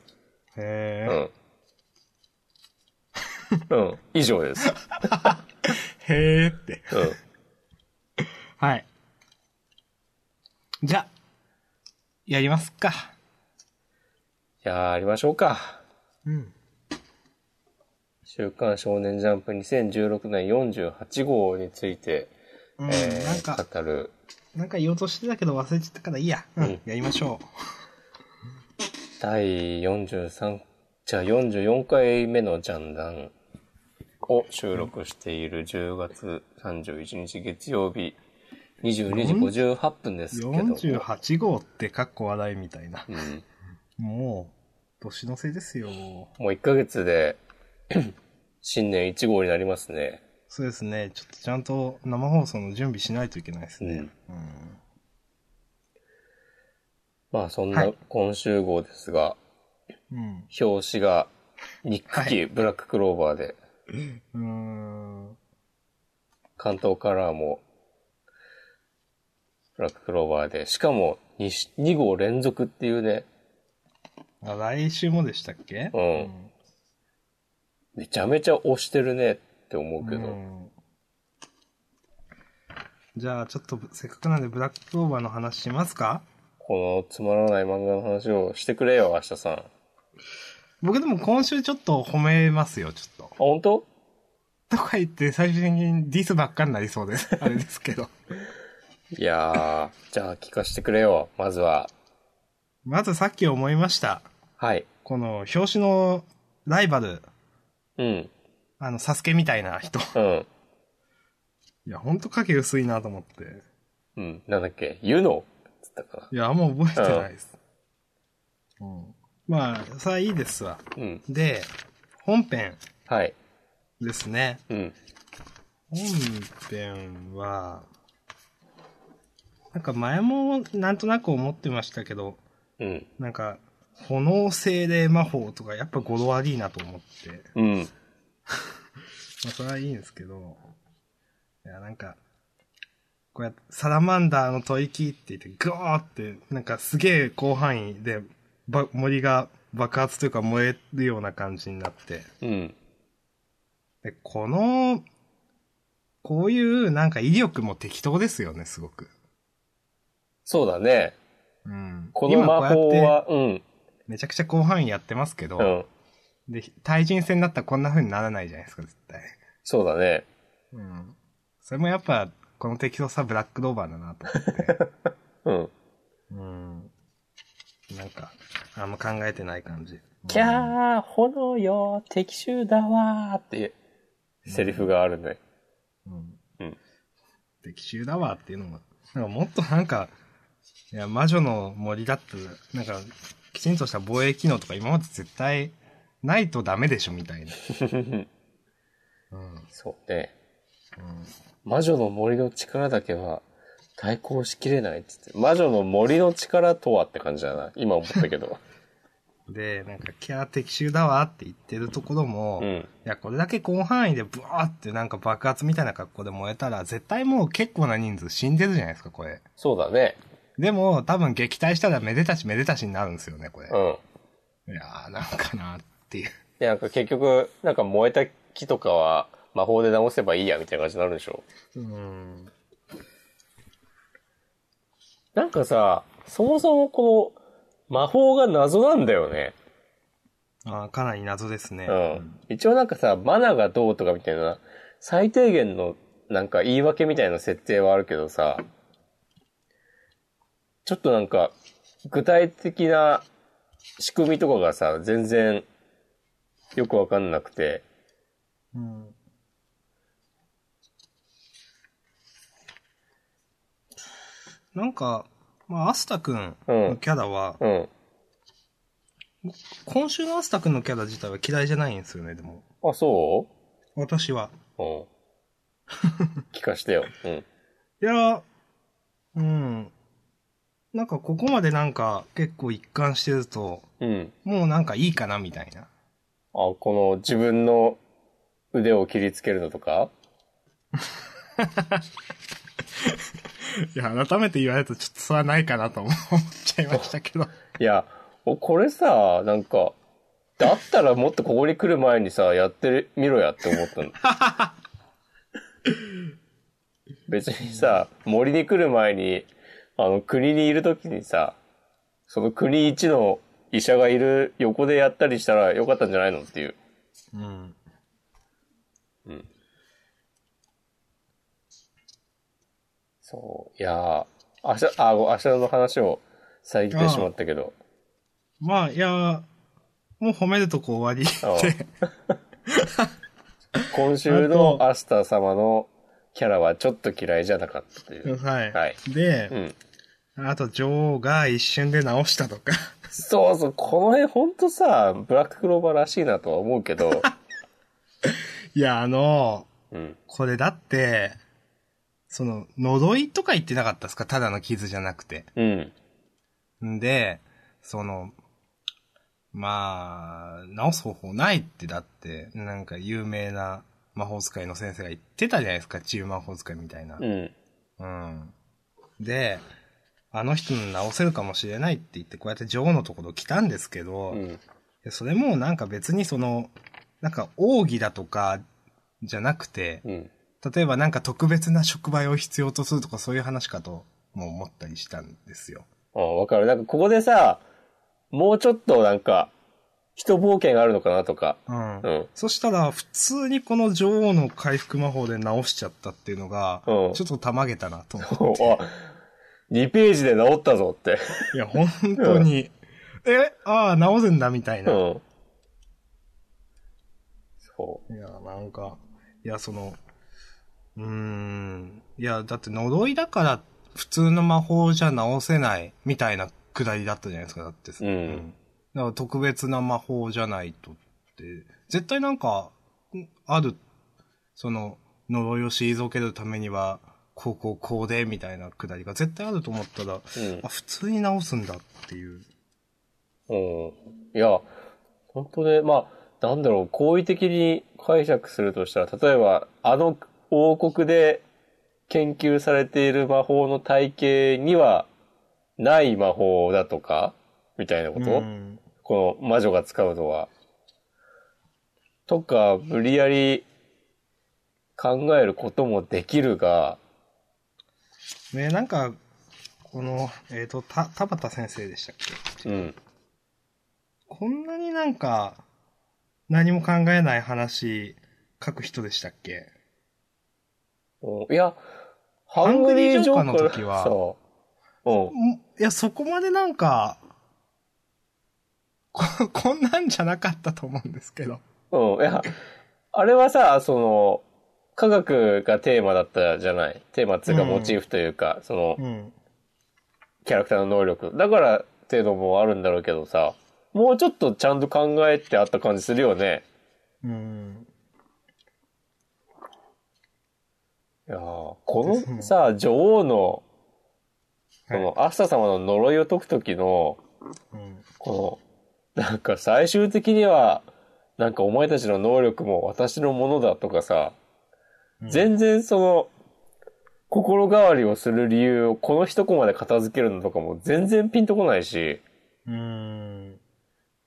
S2: へ
S1: う
S2: え。
S1: ん。うん。以上です。
S2: へえって。
S1: うん。
S2: はい。じゃあ、やりますか。
S1: やりましょうか。
S2: うん。
S1: 週刊少年ジャンプ2016年48号について、
S2: うん、
S1: えー
S2: なんか、
S1: 語る。
S2: なんか言おうとしてたけど忘れちゃったからいいや。うん、
S1: うん
S2: やりましょ
S1: 第43、じゃあ44回目のジャンダンを収録している10月31日月曜日22時58分で
S2: う。
S1: [LAUGHS] すけど。
S2: 48号ってかっこ笑いみたいな。
S1: うん
S2: もう、年の瀬ですよ。
S1: もう1ヶ月で [CLEARS THROAT] 新年1号になりますね。
S2: そうですね。ちょっとちゃんと生放送の準備しないといけないですね。うん
S1: まあそん
S2: は
S1: ない今週号ですが、
S2: うん。
S1: 表紙がニックキー、ブラッククローバーで、
S2: うーん。
S1: 関東カラーもブラッククローバーで、しかも 2, 2号連続っていうね、
S2: あ、来週もでしたっけ
S1: うんめちゃめちゃ押してるねって思うけど。
S2: うんじゃあ、ちょっとせっかくなんでブラッククローバーの話しますか
S1: このつまらない漫画の話をしてくれよ、明日さん。あ、
S2: 僕でも今週ちょっと褒めますよ、ちょっと。
S1: 本当
S2: とか言って最終的にディスばっかになりそう
S1: [LAUGHS]
S2: です。あれですけど。
S1: いやー、じゃあ聞かせてくれよ、まずは。
S2: まずさっき思いました。
S1: はい。
S2: この表紙のライバル、
S1: うん、
S2: あの、サスケみたいな人。
S1: うん、
S2: いや、ほんと影薄いなと思って。
S1: うん。なんだっけ、ユノつったか
S2: いや、あんま覚えてないです。うん。まあ、さあいいですわ。
S1: な。うん。
S2: で、本編
S1: はい。
S2: ですね。
S1: うん。
S2: 本編は、なんか前もなんとなく思ってましたけど、
S1: うん。
S2: なんか、炎精霊魔法とかやっぱ語呂悪いなと思って、
S1: うん。
S2: まあそれはいいんですけど、いやなんか、こうやってサラマンダーの吐息って言って、ゴーって、なんかすげえ広範囲で、ば森が爆発というか燃えるような感じになって、
S1: うん。
S2: で、この、こういうなんか威力も適当ですよね、すごく。
S1: そうだね。
S2: うん。
S1: この魔法
S2: 今こうやっ
S1: は、
S2: て
S1: うん。
S2: めちゃくちゃ広範囲やってますけど、
S1: うん。
S2: で、対人戦になったらこんな風にならないじゃないですか、絶対。
S1: そうだね。
S2: うん。それもやっぱ、この適当さ、ブラックローバーだなと思って。
S1: うん。
S2: うん。なんか、あんま考えてない感じ。
S1: キャー、炎よ、敵襲だわーって、セリフがあるね。
S2: うん。
S1: うん。
S2: 敵襲だわっていうのも、なんかもっとなんか、いや、魔女の森だって、なんか、きちんとした防衛機能とか今まで絶対ないとダメでしょみ
S1: [LAUGHS]
S2: たいな。うん。うん。
S1: そうね。魔女の森の力だけは対抗しきれないっつって。魔女の森の力とはって感じだな。今思ったけど。
S2: で、なんか、キャー敵襲だわって言ってるところも、
S1: う
S2: い
S1: ん。
S2: や、これだけ広範囲でブワーってなんか爆発みたいな格好で燃えたら、絶対もう結構な人数死んでるじゃないですか、これ。
S1: [LAUGHS] そうだね。
S2: でも、多分撃退したらめでたしめでたしになるんですよね、これ。
S1: うん。
S2: いやー、なんかなーっていう。
S1: で、なんか結局、なんか燃えた木とかは魔法で直せばいいやみたいな感じになるでしょ。
S2: うん。
S1: なんかさ、そもそもこの魔法が謎なんだよね。
S2: あーかなり謎ですね。
S1: うん。一応なんかさ、マナがどうとかみたいな、最低限のなんか言い訳みたいな設定はあるけどさ、ちょっとなんか、具体的な仕組みとかがさ、全然よくわかんなくて、
S2: うんなんか、まあ、アスタ君のキャラは、
S1: うん。
S2: 今週のアスタ君のキャラ自体は嫌いじゃないんですよね、でも。
S1: あ、そ
S2: 私は。
S1: う [LAUGHS] うん。聞かしてよ。うん。
S2: いや、うん。なんかここまでなんか結構一貫してると、
S1: うん。
S2: もうなんかいいかな、みたいな。
S1: あ、この自分の腕を切りつけるのとか
S2: いや、改めて言われるとちょっとそれはないかなと思思っちゃいましたけど。
S1: いや、おこれさ、なんか、だったらもっとここに来る前にさ、やってみろやって思ったの。別にさ、森に来る前に、あの、国にいるときにさ、その国一の医者がいる横でやったりしたらよかったんじゃないのっていう。
S2: うん。
S1: そう。いやー、明日、あ、ご明日の話を遮ってしまったけど。
S2: まあ、いや、もう褒めるとこ終わりで。
S1: [LAUGHS] 今週のアスター様のキャラはちょっと嫌いじゃなかったという。
S2: はい。
S1: はい
S2: で
S1: う、ん。
S2: あと女王が一瞬で直したとか。
S1: そうそう、この辺ほんとさ、ブラッククローバーらしいなとは思うけど、
S2: いや、あの、
S1: うん。
S2: これだって、その、呪いとか言ってなかったですかただの傷じゃなくて。
S1: うん。
S2: んで、その、まあ、直す方法ないってだって、なんか有名な魔法使いの先生が言ってたじゃないですか、治癒魔法使いみたいな
S1: う。ん。
S2: うん。で、あの人の直せるかもしれないって言って、こうやって女王のところ来たんですけど、
S1: う
S2: い
S1: ん。
S2: やそれもなんか別にその、なんか奥義だとかじゃなくて、
S1: うん。
S2: 例えばなんか特別な触媒を必要とするとかそういう話かとも思ったりしたんですよ。
S1: あわかる。なんかここでさ、もうちょっとなんか、人冒険があるのかなとか。
S2: うん
S1: う。ん。
S2: そしたら、普通にこの女王の回復魔法で直しちゃったっていうのが、
S1: うん
S2: ちょっとたまげたなと思って。
S1: おあ、2ページで治ったぞって。
S2: [LAUGHS] いや、本当 [LAUGHS] に。え、ああ、直るんだみたいうな。
S1: ん。そ
S2: いや、なんか、いや、その、うーん。いや、だって呪いだから、普通の魔法じゃ直せないみたいなくだりだったじゃないですか、だってさ。
S1: うん
S2: だから特別な魔法じゃないとって、絶対なんか、んある、その、呪いを退けるためには、こうこうこうで、みたいなくだりが絶対あると思ったら、
S1: う。うん
S2: あ、。普通に直すんだっていう。
S1: うん。いや、本当ね、まあ、なんだろう、好意的に解釈するとしたら、例えば、あの王国で研究されている魔法の体系にはない魔法だとか、みたいなこと、
S2: うん
S1: この魔女が使うのは。とか、無理やり考えることもできるが、
S2: ね、なんか、この、えっ、と、た、田畑先生でしたっけ
S1: うん。
S2: こんなになんか、何も考えない話、書く人でしたっけ
S1: いや、ハングリージョーカー
S2: ハングリージョーカーの時は
S1: そう。うん。
S2: もいや、そこまでなんか、 [LAUGHS] こ、こんなんじゃなかったと思うんですけど。
S1: うん、いや、あれはさ、その、科学がテーマだったじゃない。テーマっていうか
S2: うん
S1: モチーフというか、その、
S2: ん。
S1: キャラクターの能力。だからっていうのもあるんだろうけどさ、もうちょっとちゃんと考えてあった感じするよね。
S2: うん。
S1: いやーこ
S2: ですね
S1: のさ、女王の、こ
S2: はい
S1: の、アスタ様の呪いを解く時の、
S2: うん。
S1: この、なんか最終的には、なんかお前たちの能力も私のものだとかさ、
S2: うん
S1: 全然その、心変わりをする理由をこの一コマで片付けるのとかも全然ピンとこないし、
S2: うん。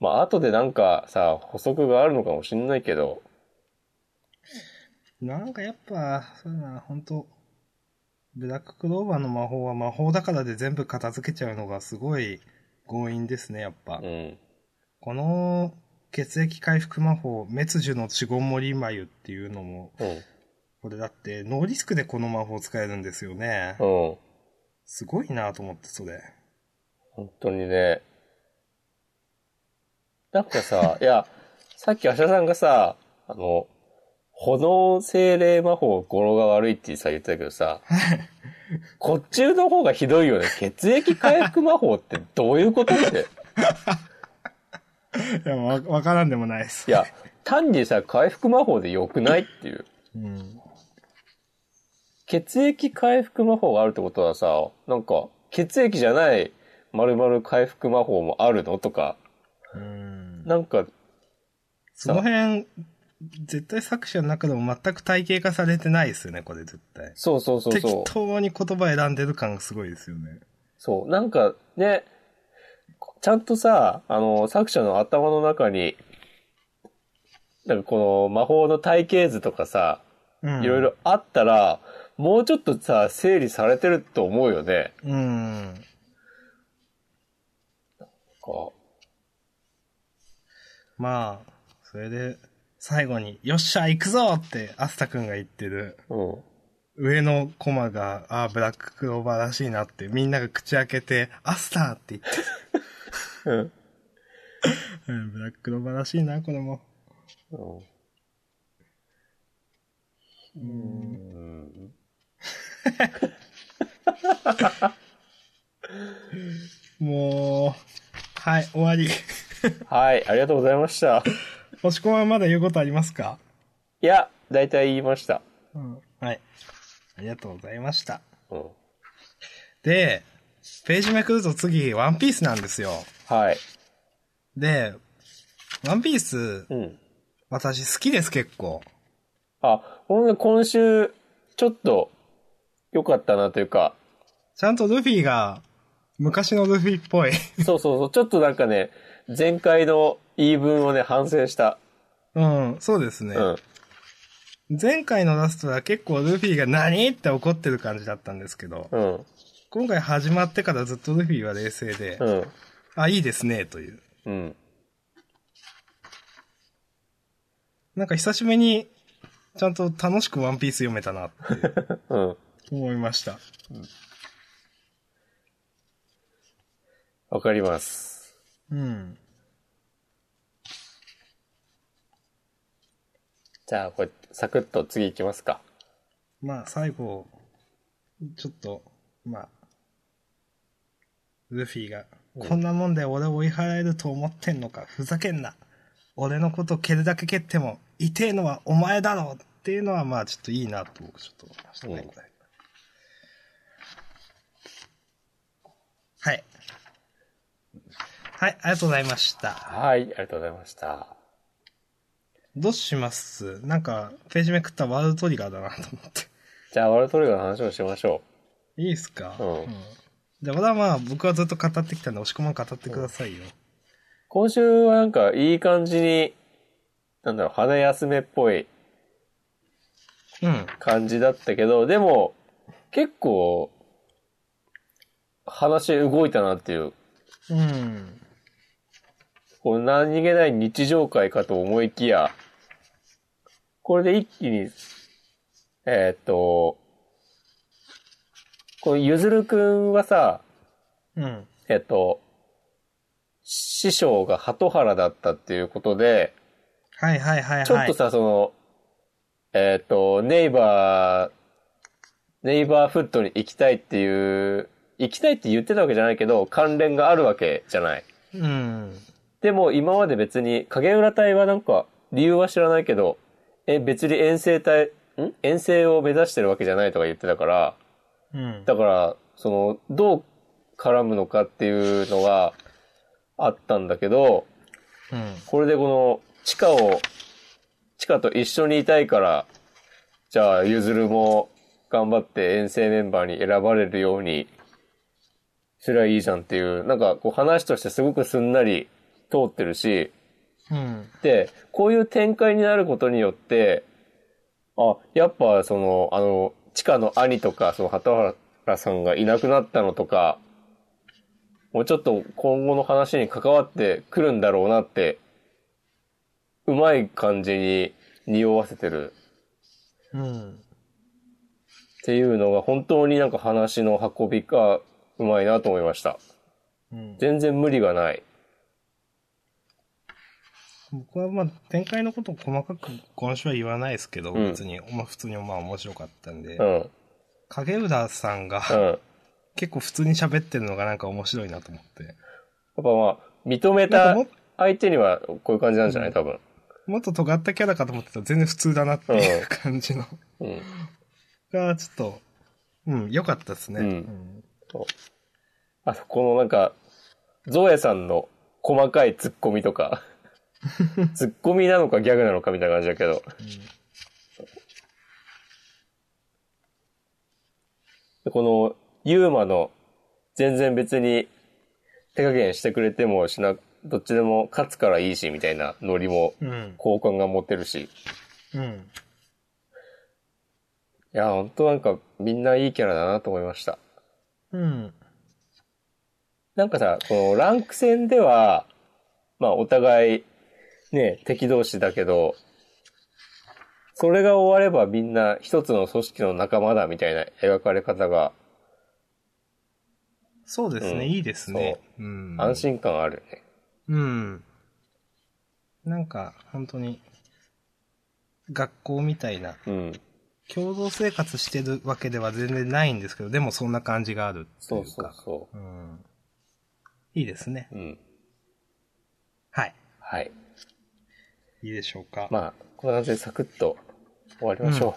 S1: まあ後でなんかさ、補足があるのかもしんないけど、
S2: なんかやっぱ、そうだな、本当ブラッククローバーの魔法は魔法だからで全部片付けちゃうのがすごい強引ですね、やっぱ。
S1: うん。
S2: この血液回復魔法、滅樹の血ごもり眉っていうのも、
S1: う
S2: これだってノーリスクでこの魔法使えるんですよね。
S1: ん。うん。
S2: すごいなと思って、それ。
S1: 本当にね。なんかさ、いや、さっきアシャさんがさ、あの、炎精霊魔法語呂が悪いってさ、言ってたけどさ、こっちの方がひどいよね。血液回復魔法ってどういうことって。
S2: いや、わ、わからんでもないです。
S1: いや、単にさ、回復魔法でよくないっていう。
S2: うん。
S1: 血液回復魔法があるってことはさ、なんか、血液じゃない、丸々回復魔法もあるのとか、
S2: うん。
S1: なんか、
S2: その辺、絶対作者の中でも全く体系化されてないですよね、これ絶対。
S1: そうそうそうそう
S2: 適。当に言葉選んでる感がすごいですよね。
S1: そう。なんかね、ちゃんとさ、あの、作者の頭の中に、なんかこの魔法の体系図とかさ、
S2: うん
S1: いろい。ろあったら、もうちょっとさ、整理されてると思うよね。
S2: うん。
S1: こ
S2: まあ、それで、最後に、よっしゃ、行くぞって、アスタ君が言ってる、
S1: ううん。
S2: 上のコマが、ああ、ブラッククローバーらしいなって、みんなが口開けて、アスターって言って
S1: うん。
S2: る、 [LAUGHS] うん、ブラッククローバーらしいな、これも。
S1: うん。
S2: もう、はい、終わり。 [LAUGHS]
S1: はい、ありがとうございました。
S2: 押し込まはまだ言うことありますか
S1: いや、だいたい言いました。
S2: うん。はい。ありがとうございました。
S1: うん。
S2: で、ページめくると次、ワンピースなんですよ。
S1: はい。
S2: で、ワンピース、
S1: うん。
S2: 私好きです、結構。
S1: あ、ほんで今週、ちょっと、良かったなという [LAUGHS] か、
S2: ちゃんとルフィが、昔のルフィっぽい。 [LAUGHS]
S1: そうそうそう、ちょっとなんかね、前回の言い分をね、反省した。
S2: うん、そうですね。
S1: うん。
S2: 前回のラストは結構ルフィが何って怒ってる感じだったんですけど、
S1: うん。
S2: 今回始まってからずっとルフィは冷静で、
S1: うん。
S2: あ、いいですね、という。
S1: うん。
S2: なんか久しぶりに、ちゃんと楽しくワンピース読めたなって
S1: うん。
S2: 思いました。
S1: わかります。
S2: うん。
S1: じゃあ、これ、サクッと次行きますか。
S2: まあ、最後、ちょっと、まあ、ルフィが、こんなもんで俺を追い払えると思ってんのか、ふざけんな。俺のこと蹴るだけ蹴っても、痛えのはお前だろっていうのは、まあ、ちょっといいなと、僕ちょっと思いましたね、
S1: うん
S2: これはい。はい、ありがとうございました。
S1: はい、ありがとうございました。
S2: どうしますなんか、ページめくったワールドトリガーだなと思って。
S1: じゃあ、ワールドトリガーの話をしましょ
S2: いいですか
S1: うん
S2: じゃあ、まだまあ、僕はずっと語ってきたんで、押し込まん語ってくださいよ。
S1: う。今週はなんか、いい感じに、なんだろう、花休めっぽい
S2: うん。
S1: 感じだったけど、でも、結構、話動いたなっていう、
S2: うん。
S1: この何気ない日常会かと思いきや、これで一気に、えーっと、このゆずるくんはさ、
S2: うん。
S1: えっと、師匠が鳩原だったっていうことで、
S2: はいはいはいはい。
S1: ちょっとさ、その、えっ、と、ネイバー、ネイバーフットに行きたいっていう、行きたいって言ってたわけじゃないけど、関連があるわけじゃない。
S2: うん。
S1: でも今まで別に、影浦隊はなんか、理由は知らないけど、え、別に遠征隊、ん遠征を目指してるわけじゃないとか言ってたから、
S2: うん。
S1: だから、その、どう絡むのかっていうのがあったんだけど、
S2: うん。
S1: これでこの、チカを、チカと一緒にいたいから、じゃあ、ゆずるも頑張って遠征メンバーに選ばれるように、すりゃいいじゃんっていう、なんかこう話としてすごくすんなり通ってるし、
S2: うん。
S1: で、こういう展開になることによって、あ、やっぱその、あの、地下の兄とか、その畑原さんがいなくなったのとか、もうちょっと今後の話に関わってくるんだろうなって、うまい感じに匂わせてる
S2: うん。
S1: っていうのが本当になんか話の運びがうまいなと思いました。
S2: うん。
S1: 全然無理がない。
S2: 僕はまあ、展開のことを細かく今週は言わないですけど、
S1: うん
S2: 別に、まあ普通にまあ面白かったんで、
S1: うん。
S2: 影浦さんが
S1: うん。やっ
S2: 結構普通に喋ってるのがなんか面白いなと思って。
S1: ぱまあ、認め
S2: なんか
S1: た
S2: も
S1: 相手にはこういう感じなんじゃない多分。
S2: もっと尖ったキャラかと思ってたら全然普通だなっていう感じの、
S1: うん。
S2: が、ちょっと、うん、良かったですね。
S1: うん
S2: うん
S1: あと、このなんか、ゾエさんの細かいツッコミとか、ツッコミなのかギャグなのかみたいな感じだけど。でこの、ユーマの、全然別に手加減してくれてもしな、どっちでも勝つからいいし、みたいなノリも、
S2: うん。
S1: 好感が持てるし。
S2: うん。
S1: いや、ほんとなんか、みんないいキャラだなと思いました。
S2: うん。
S1: なんかさ、このランク戦では、まあお互い、ね、敵同士だけど、それが終わればみんな一つの組織の仲間だみたいな描かれ方が
S2: そうですね、
S1: うん
S2: いいですね。うん。
S1: 安心感あるね。
S2: うん。なんか、本当に、学校みたいな、
S1: うん。
S2: 共同生活してるわけでは全然ないんですけど、でもそんな感じがあるって
S1: そ
S2: いうう
S1: そう
S2: か。
S1: そ
S2: うん。いいですね。
S1: う。うん。
S2: はい。
S1: はい。
S2: いいでしょうか。
S1: まあ、こんな感じでサクッと終わりましょ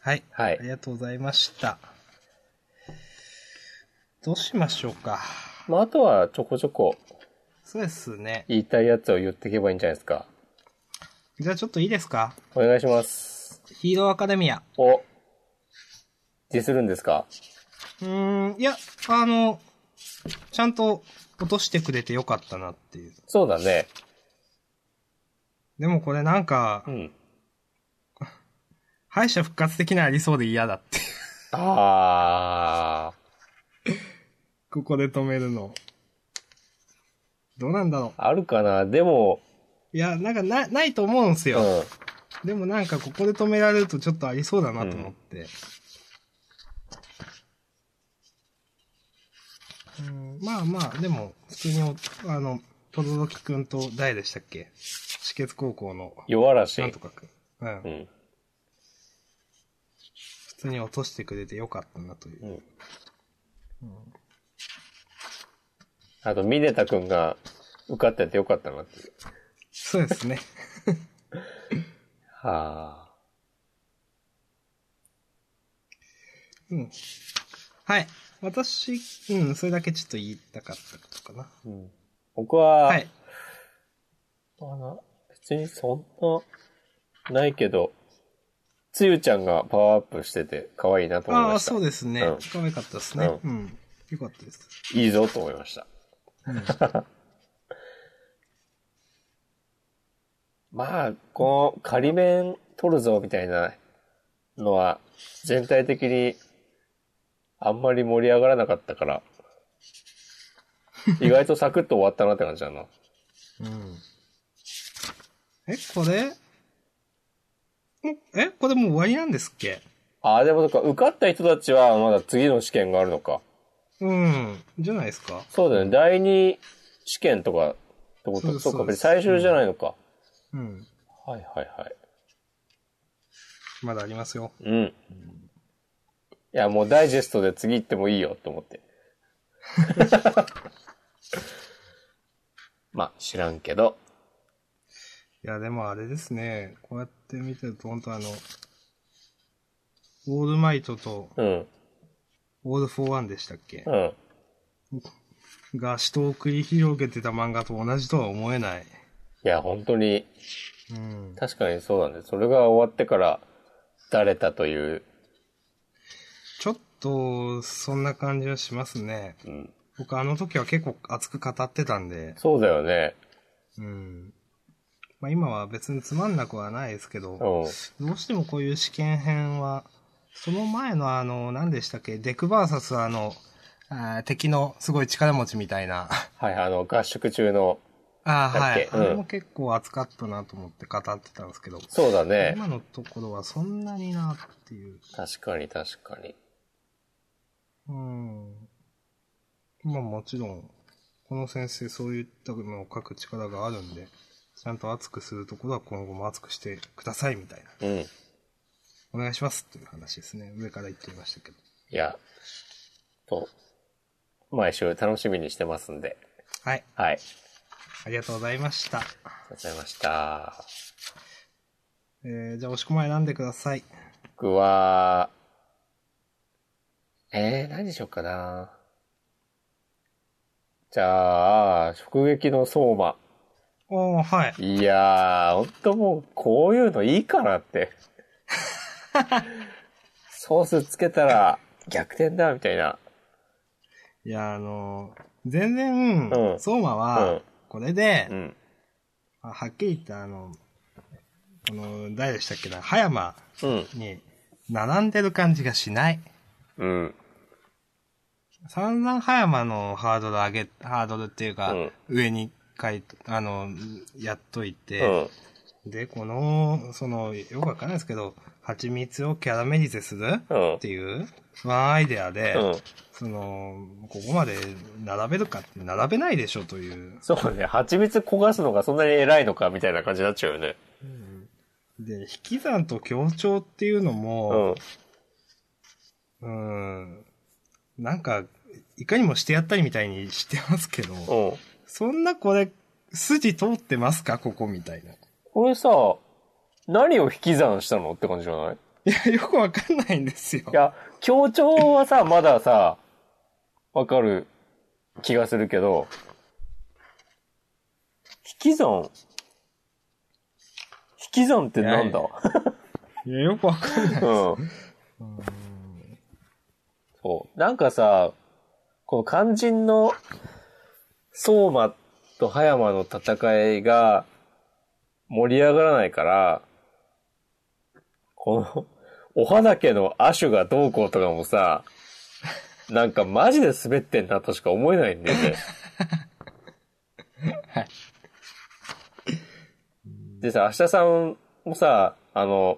S2: はい。
S1: う。は
S2: あ
S1: い
S2: り。がとうございました。どうしましょうか。
S1: まああとはちょこちょこ
S2: そうですね。
S1: 言いたいやつを言っていけばいいんじゃないですか。
S2: じゃあちょっといいですか
S1: お願いします。
S2: ヒーローアカデミア。
S1: お。ディスるんですか
S2: うーん、いや、あの、ちゃんと落としてくれてよかったなっていう。
S1: そうだね。
S2: でもこれなんか
S1: う、ん。
S2: 敗者復活的なありそうで嫌だっていう。
S1: ああ。
S2: ここで止めるの。どうなんだろ
S1: あるかなでも、
S2: う。いや、なんかな、ないと思うんす
S1: う
S2: よ。
S1: ん。
S2: でもなんかここで止められるとちょっとありそうだなと思って。うん、まあまあ、でも、普通にお、あの、とどろきくんと誰でしたっけ私血高校の、
S1: 弱らし
S2: ないんと。かくん。うん
S1: う。ん。
S2: 普通に落としてくれてよかったなというう。
S1: ん。あと、ミネタくんが受かっててよかったなっていう。
S2: そうですね。
S1: はあ。
S2: うん。はい。私、うん、それだけちょっと言いたかったことかな。
S1: うん、僕は、
S2: はい。
S1: まあな別にそんな、ないけど、つゆちゃんがパワーアップしてて可愛いなと思い
S2: ああー、
S1: ました。
S2: そうですね
S1: うん。
S2: 可愛かったですね。
S1: う
S2: うん。よかったです。
S1: いいぞと思いました。 [LAUGHS] まあ、この仮面取るぞみたいなのは、全体的にあんまり盛り上がらなかった [LAUGHS] から、意外とサクッと終わったなって感じだな。
S2: うん。え、これおえ、これもう終わりなんですっけ
S1: ああ、でもそっか、受かった人たちはまだ次の試験があるのか。
S2: うん。じゃないですか。
S1: そうだよね、第二試験とかってこ
S2: そ
S1: と
S2: うです
S1: そうか、
S2: そうで
S1: 別に
S2: す
S1: 最終じゃないのか。
S2: うん。
S1: はいはいはい。
S2: まだありますよ。
S1: うん。いや、もうダイジェストで次行ってもいいよと思って。 [LAUGHS] まあ、知らんけど。
S2: いや、でもあれですね。こうやって見てると、本当あの、オールマイトと
S1: うん。
S2: オールフォーワンでしたっけ
S1: うん。
S2: が死闘を繰り広げてた漫画と同じとは思えない。
S1: いや、本当に、
S2: うん。
S1: 確かにそうだね。それが終わってから、誰だという。
S2: ちょっと、そんな感じはしますね。
S1: うん。
S2: 僕あの時は結構熱く語ってたんで。
S1: そうだよね。
S2: うん。まあ今は別につまんなくはないですけど、
S1: うん。
S2: どうしてもこういう試験編は、その前のあの、何でしたっけ、デクバーサスあの、あー敵のすごい力持ちみたいな。 [LAUGHS]
S1: はい、あの、合宿中の、
S2: ああ、
S1: だっ
S2: はい
S1: け。
S2: あ
S1: うん
S2: れも結構熱かったなと思って語ってたんですけど、
S1: そうだね。
S2: 今のところはそんなになっていう。
S1: 確かに確かに。
S2: うん。まあもちろん、この先生そういったのを書く力があるんで、ちゃんと熱くするところは今後も熱くしてくださいみたいな。
S1: うん。い
S2: お願いしますっていう話ですね。上から言ってみましたけど。
S1: や、と、毎週楽しみにしてますんで。
S2: はい。
S1: はい。あり
S2: ありがとうございました。
S1: がとうございました。
S2: えー、じゃあ、押し込ま選んでください。
S1: 僕は、えー、何にしようかな。じゃあ、直撃の相馬。
S2: おー、はい。
S1: いやー、ほんともう、こういうのいいかなって。ソースつけたら逆転だ、みたいな。
S2: いや、あのー全然、
S1: うん
S2: 相馬は、
S1: うん
S2: これで
S1: う、ん。
S2: あはっきり言った、あの、この、誰でしたっけな、葉山
S1: うん。
S2: に、並んでる感じがしない。
S1: うん。
S2: 散々葉山のハードル上げ、ハードルっていうか、
S1: うん
S2: 上に書いと、あの、やっというて、
S1: ん。
S2: で、この、その、よくわかんないですけど、蜂蜜をキャラメリゼする
S1: うん
S2: っていう、ワンアイデアで、
S1: うん。
S2: その、ここまで並べるかって、並べないでしょという。
S1: そうね。蜂蜜焦がすのがそんなに偉いのかみたいな感じになっちゃうよね。
S2: で、引き算と協調っていうのも、
S1: うん。
S2: うん、なんか、いかにもしてやったりみたいにしてますけど、
S1: うん。
S2: そんなこれ、筋通ってますかここみたいな。い
S1: これさ、何を引き算したのって感じじゃない
S2: や、よくわかんないんですよ
S1: い。や、協調はさ、まださ、わかる気がするけど、引き算引き算ってなんだ
S2: いいや、よくわかんない。
S1: うん。そう。なんかさ、この肝心の相馬と葉山の戦いが盛り上がらないから、この、お花家の亜種がどうこうとかもさ、なんかマジで滑ってんなとしか思えないんだよね。でさ、明日さんもさ、あの、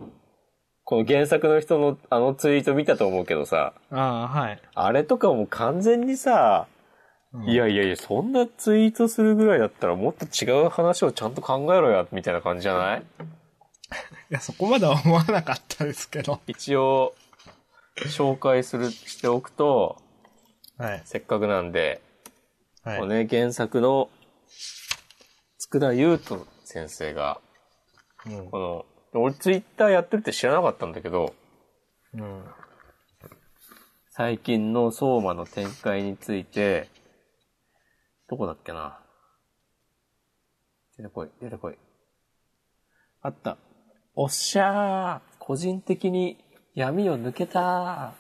S1: この原作の人のあのツイート見たと思うけどさ、
S2: ああ、はい。
S1: あれとかも完全にさ、
S2: うん
S1: いやいやいや、そんなツイートするぐらいだったらもっと違う話をちゃんと考えろや、みたいな感じじゃない
S2: いや、そこまでは思わなかったですけど。
S1: 一応、紹介する、しておくと、
S2: はい。
S1: せっかくなんで、
S2: は
S1: こう
S2: い。
S1: ね、原作の、佃優斗先生が、
S2: うん
S1: この、俺ツイッターやってるって知らなかったんだけど、
S2: うん。
S1: 最近の相馬の展開について、どこだっけな出てこい、出てこい。あった。おっしゃー個人的に闇を抜けたー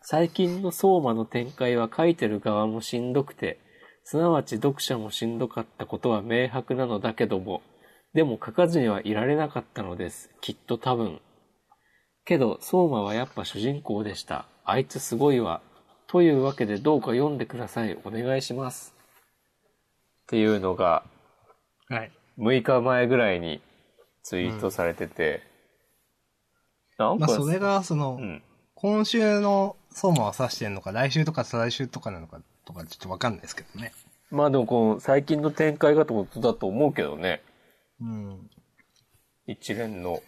S1: 最近の相馬の展開は書いてる側もしんどくて、すなわち読者もしんどかったことは明白なのだけども、でも書かずにはいられなかったのです。きっと多分。けど、相馬はやっぱ主人公でした。あいつすごいわ。というわけでどうか読んでください。お願いします。っていうのが、
S2: はい。
S1: 6日前ぐらいにツイートされてて。な
S2: ま
S1: ん
S2: あ、
S1: か、
S2: それが、その、
S1: うん。
S2: 今週の相馬を指してんのか、来週とか再来週とかなのか、とかちょっとわかんないですけどね。
S1: まあでもこの最近の展開がってことだと思うけどね。
S2: うん。
S1: 一連の。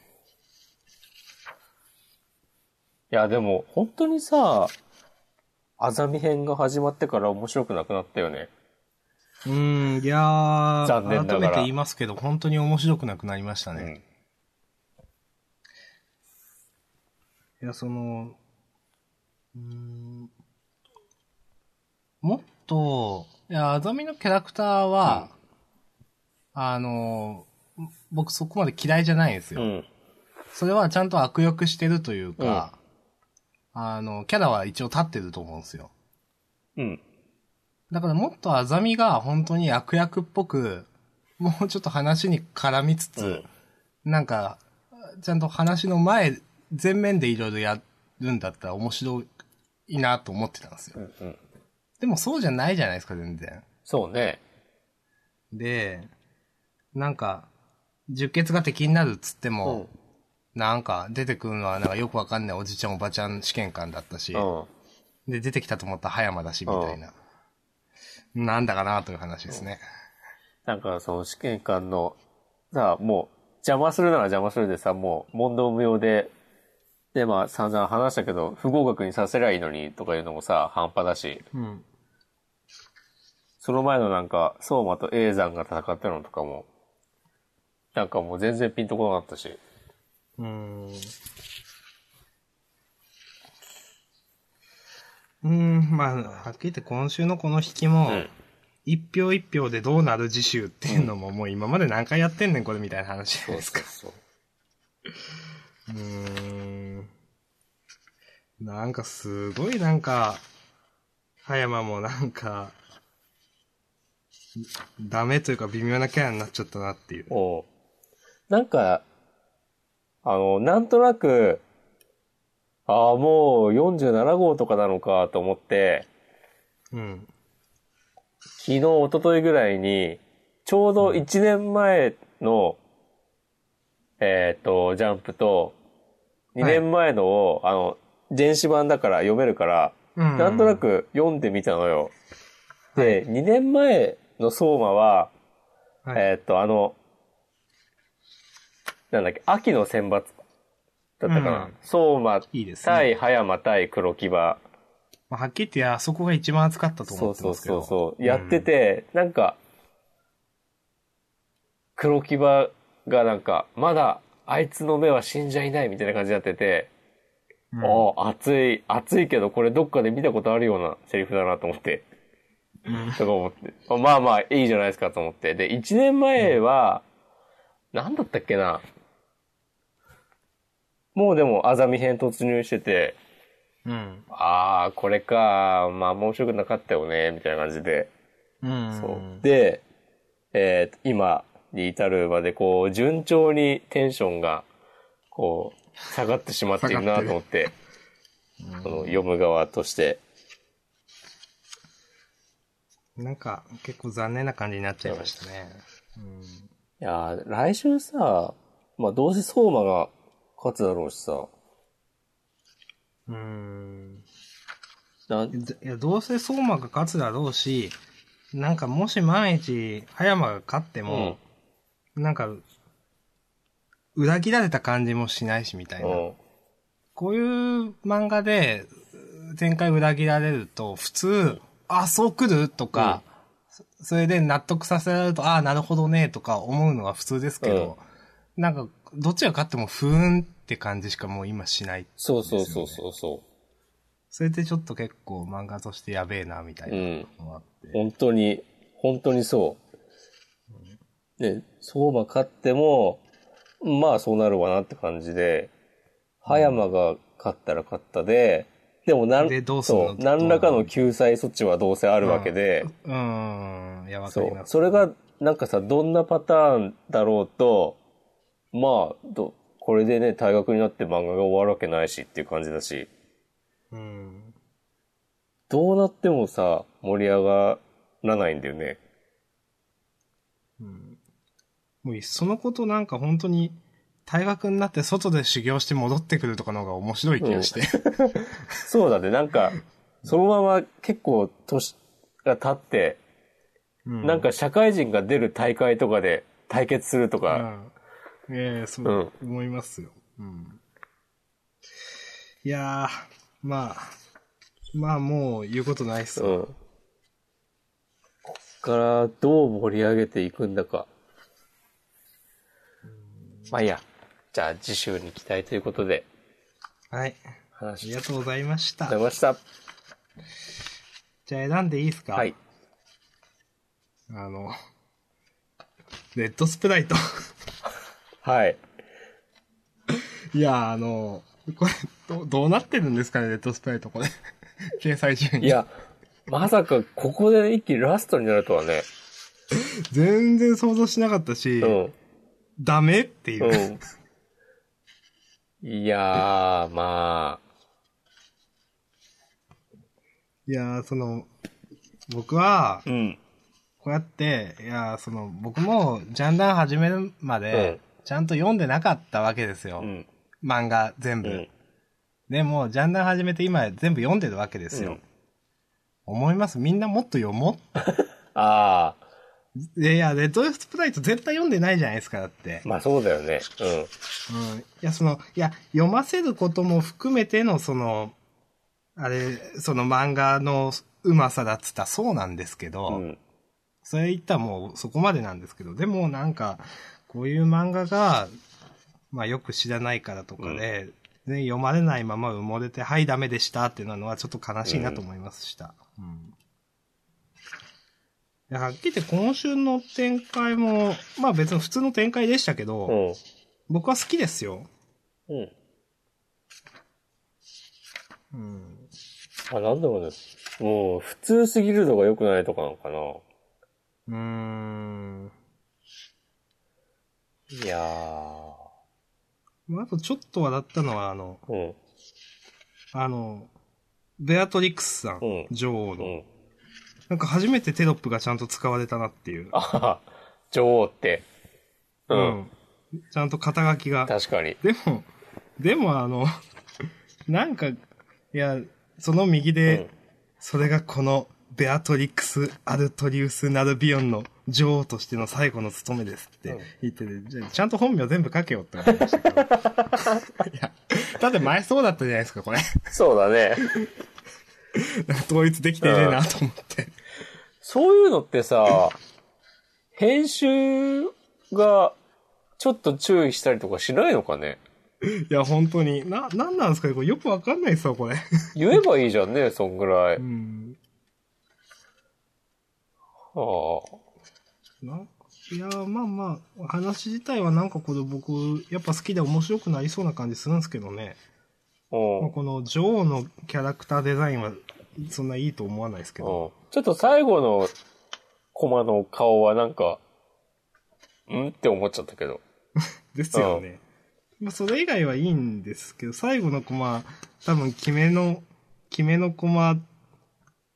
S1: いやでも本当にさ、あざみ編が始まってから面白くなくなったよね。
S2: うん、いやー、
S1: 残念ながら
S2: 改めて言いますけど、本当に面白くなくなりましたね。いや、その、うーん、もっと、いや、あざみのキャラクターは、あの、僕そこまで嫌いじゃないんです
S1: う
S2: よ。
S1: ん。
S2: それはちゃんと悪欲してるというか、あの、キャラは一応立ってると思うんですよ。
S1: うん。
S2: だからもっとあざみが本当に悪役っぽく、もうちょっと話に絡みつつ、なんか、ちゃんと話の前、前面でいろいろやるんだったら面白いなと思ってたんですよ。
S1: うん
S2: でもそうじゃないじゃないですか、全然。
S1: そうね。
S2: で、なんか、十血が敵になるっつっても、なんか出てくるのはなんかよくわかんないおじちゃんおばちゃん試験官だったし、
S1: うん。
S2: で出てきたと思ったら葉山だし、みたいな。なんだかなという話ですね。
S1: なんかその試験官の、さあもう邪魔するなら邪魔するでさ、もう問答無用で、でまあ散々話したけど、不合格にさせりゃいいのにとかいうのもさ、半端だし、
S2: うん。
S1: その前のなんか、相馬と永山が戦ってるのとかも、なんかもう全然ピンとこなかったし。
S2: うーん。うーん、まあ、はっきり言って今週のこの引きも、
S1: うん
S2: 一票一票でどうなる自習っていうのも、もう今まで何回やってんねん、これみたいな話じゃないですか。
S1: そう。
S2: うーん。なんかすごいなんか、葉山もなんか、ダメというか微妙なキャラになっちゃったなっていう。
S1: おなんか、あの、なんとなく、ああ、もう47号とかなのかと思って、
S2: うん。
S1: 昨日、一昨日ぐらいに、ちょうど1年前の、えっ、と、ジャンプと、2年前のを、あの、電子版だから読めるから、
S2: うん
S1: なんとな。く読んでみたのよ。で、2年前の相馬は、
S2: はい
S1: えーっと、あの、なんだっけ、秋の選抜だったか
S2: う。
S1: なん相馬
S2: いいですね
S1: 対葉山対黒木場。
S2: まあ、はっきり言って、あそこが一番暑かったと
S1: そ
S2: 思
S1: う
S2: って
S1: そ
S2: ま
S1: う
S2: すけど。
S1: そうそう。やってて、なんか、黒木場がなんか、まだあいつの目は死んじゃいないみたいな感じになってて、
S2: うん、
S1: おー熱い、熱いけどこれどっかで見たことあるようなセリフだなと思って。
S2: うん
S1: とか思って。まあまあ、いいじゃないですかと思って。で、1年前は、なんだったっけな。もうでも、あざみ編突入してて、
S2: うん。
S1: ああ、これか、まあ面白くなかったよね、みたいな感じで。
S2: うん。
S1: そうで、えー今に至るまで、こう、順調にテンションが、こう、下がってしまっているなと思って、この読む側として。
S2: なんか、結構残念な感じになっちゃいましたね。うん。
S1: いやー来週さ、まあどうせ相馬が勝つだろうしさ、
S2: うーん。
S1: ない
S2: や、どうせ相馬が勝つだろうし、なんかもし万一、葉山が勝っても、なんか、裏切られた感じもしないし、みたいな。
S1: うん
S2: こういう漫画で、展開裏切られると、普通、あ、そう来るとか、そそれで納得させられると、ああ、なるほどね、とか思うのは普通ですけど、なんか、どっちが勝っても、ふーんって感じしかもう今しない。
S1: そうそうそうそうそ。
S2: それってちょっと結構漫画としてやべえな、みたいうな
S1: う
S2: の
S1: ん。
S2: もあって。
S1: 本当に、本当にそう。で、相馬勝っても、まあそうなるわなって感じで、葉山が勝ったら勝ったで、でもなん
S2: でどうするの
S1: そう、何らかの救済措置はどうせあるわけで、
S2: うーん、いや、わか
S1: そ
S2: り
S1: う
S2: ま。す。
S1: それが、なんかさ、どんなパターンだろうと、まあ、どこれでね、退学になって漫画が終わるわけないしっていう感じだし、
S2: うん。
S1: どうなってもさ、盛り上がらないんだよね。
S2: もう、そのことなんか本当に、退学になって外で修行して戻ってくるとかの方が面白い気がして。
S1: そうだね、なんか、そのまま結構年が経って、
S2: うん
S1: なん、か社会人が出る大会とかで対決すると
S2: う
S1: か、
S2: ん。ええそう、思いますよ。うん。いやー、まあ、まあもう言うことないっす
S1: う
S2: わ
S1: ん。こっからどう盛り上げていくんだか。まあいいや。じゃあ次週に期待ということで、
S2: はい。あ
S1: 話
S2: り
S1: し
S2: がとうございました
S1: て。ました。
S2: じゃあ選んでいいっすか
S1: はい。。
S2: あの、レッドスプライト。 [LAUGHS]
S1: はい。
S2: いやー、あのーこれ、ど、どうなってるんですかね、レッドスプライト、これ。 [LAUGHS] 掲載中に。
S1: い、や、まさかここで一気にラストになるとはね。
S2: 全然想像しなかったし、
S1: うん。
S2: ダメっていう。
S1: うん。いやー、まあ。
S2: いやー、その、僕は、
S1: うん。
S2: こうやって、いやー、その、僕も、ジャンダン始めるまで、ちゃんと読んでなかったわけですよ。
S1: うん。
S2: 漫画全
S1: う
S2: 部。
S1: ん。
S2: でも、ジャンダン始めて今全部読んでるわけですよ。
S1: うん
S2: 思いますみんなもっと読も
S1: ああ、
S2: う。いやいや、レッドスプライト絶対読んでないじゃないですか、だって。
S1: まあそうだよね。うん。
S2: うん。いや、その、いや、読ませることも含めての、その、あれ、その漫画のうまさだっつったらそうなんですけど、
S1: うん。
S2: それ言ったらもうそこまでなんですけど、でもなんか、こういう漫画が、まあよく知らないからとかで、ね、読まれないまま埋もれて、はい、ダメでしたっていうのはちょっと悲しいなと思いました。うん。いやはっきり言って今週の展開も、まあ別に普通の展開でしたけど、
S1: うん。
S2: 僕は好きですよ。
S1: うん。
S2: うん。
S1: あ、なんだろうね。もう、普通すぎるのが良くないとかなのかな。
S2: うーん。
S1: いや
S2: まああとちょっと笑ったのは、あの、
S1: ー。うん。
S2: あの、ベアトリックスさん、
S1: うん
S2: 女王の、
S1: うん。
S2: なんか初めてテロップがちゃんと使われたなっていう。
S1: あはは。女王って。うん。
S2: うんちゃんと肩書きが。
S1: 確かに。
S2: でも、でもあの、 [LAUGHS] なんか、いや、その右で、
S1: うん
S2: それがこの、ベアトリックス・アルトリウス・ナルビオンの女王としての最後の務めですって言ってて、じゃあちゃんと本名全部書けよって思いました
S1: [LAUGHS]
S2: けど。いや、だって前そうだったじゃないですか、これ。 [LAUGHS]
S1: そうだね。
S2: 統一できてねえなと思って。
S1: そういうのってさ、編集がちょっと注意したりとかしないのかね
S2: いや、本当に。な、なんなんですかねこれよくわかんないです
S1: [LAUGHS]
S2: わ、これ。
S1: 言えばいいじゃんね、そんぐらい。
S2: うん。
S1: は
S2: なんかいや、まあまあ、話自体はなんかこれ僕、やっぱ好きで面白くなりそうな感じするんですけどね。
S1: あ。う
S2: まあ、
S1: ん。
S2: この女王のキャラクターデザインは、そんないいと思わないですけど。
S1: うんちょっと最後のコマの顔はなんか、んって思っちゃったけど。
S2: ですよね。まあ、それ以外はいいんですけど、最後のコマ、多分、決めの、決めのコマ、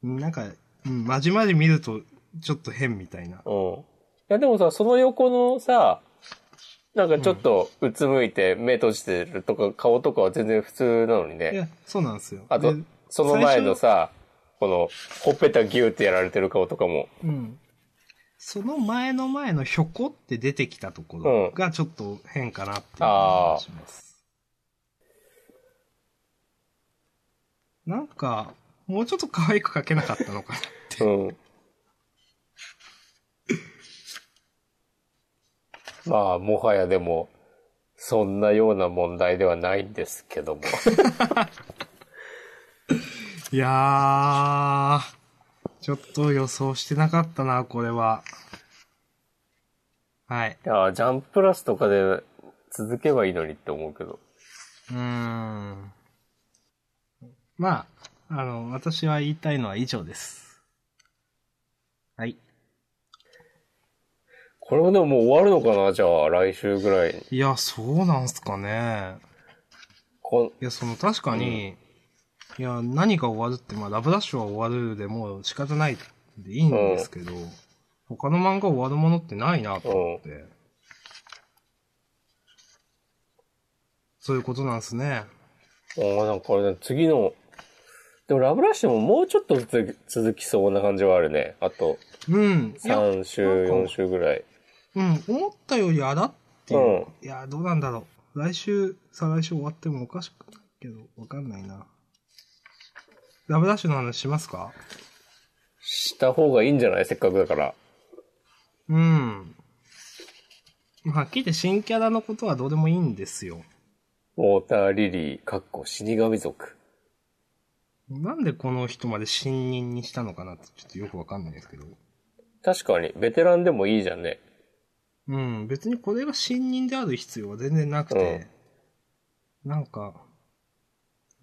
S2: なんか、うん、まじまじ見ると、ちょっと変みたいな。
S1: うん。いやでもさ、その横のさ、なんかちょっとうつむいて目閉じてるとか顔とかは全然普通なのに
S2: い
S1: ね。
S2: や、そうなんですよ。
S1: あと
S2: で、
S1: その前のさ、この、ほっぺたギューってやられてる顔とか
S2: [LAUGHS]
S1: も。
S2: うん。その前の前のひょこって出てきたとこ
S1: う
S2: ろ
S1: ん
S2: がちょっと変かなっていう感
S1: あー
S2: じがします。なんか、もうちょっと可愛く描けなかったのかな。
S1: うん。まあ、もはやでも、そんなような問題ではないんですけども。
S2: いやー、ちょっと予想してなかったな、これは。はい。
S1: いやージャンプラスとかで続けばいいのにって思うけど。
S2: うーん。まあ、あの、私は言いたいのは以上です。はい。
S1: これもでももう終わるのかなじゃあ、来週ぐらいに。
S2: いや、そうなんすかね。
S1: こん
S2: いや、その確かに、いや、何が終わるって、まあ、ラブダッシュは終わるでもう仕方ないんでいいんですけど、他の漫画終わるものってないなと思って。そういうことなんですね。
S1: ああ、なんかこれね、次の、でもラブラッシュももうちょっと続き続きそうな感じはあるね。あと、
S2: うん。いや、
S1: 3週、
S2: なん
S1: 4
S2: か
S1: 週ぐらい。
S2: うん、思ったよりあだっていう。
S1: うん
S2: いや、どうなんだろう。来週、再来週終わってもおかしくないけど、わかんないな。ラブダッシュの話しますか
S1: した方がいいんじゃないせっかくだから。
S2: うん。まあはっきり言って新キャラのことはどうでもいいんですよ。
S1: ウォーターリリー、かっこ死神族。
S2: なんでこの人まで新任にしたのかなってちょっとよくわかんないですけど。
S1: 確かに、ベテランでもいいじゃんね。
S2: うん、別にこれが新任である必要は全然なくて、なんか、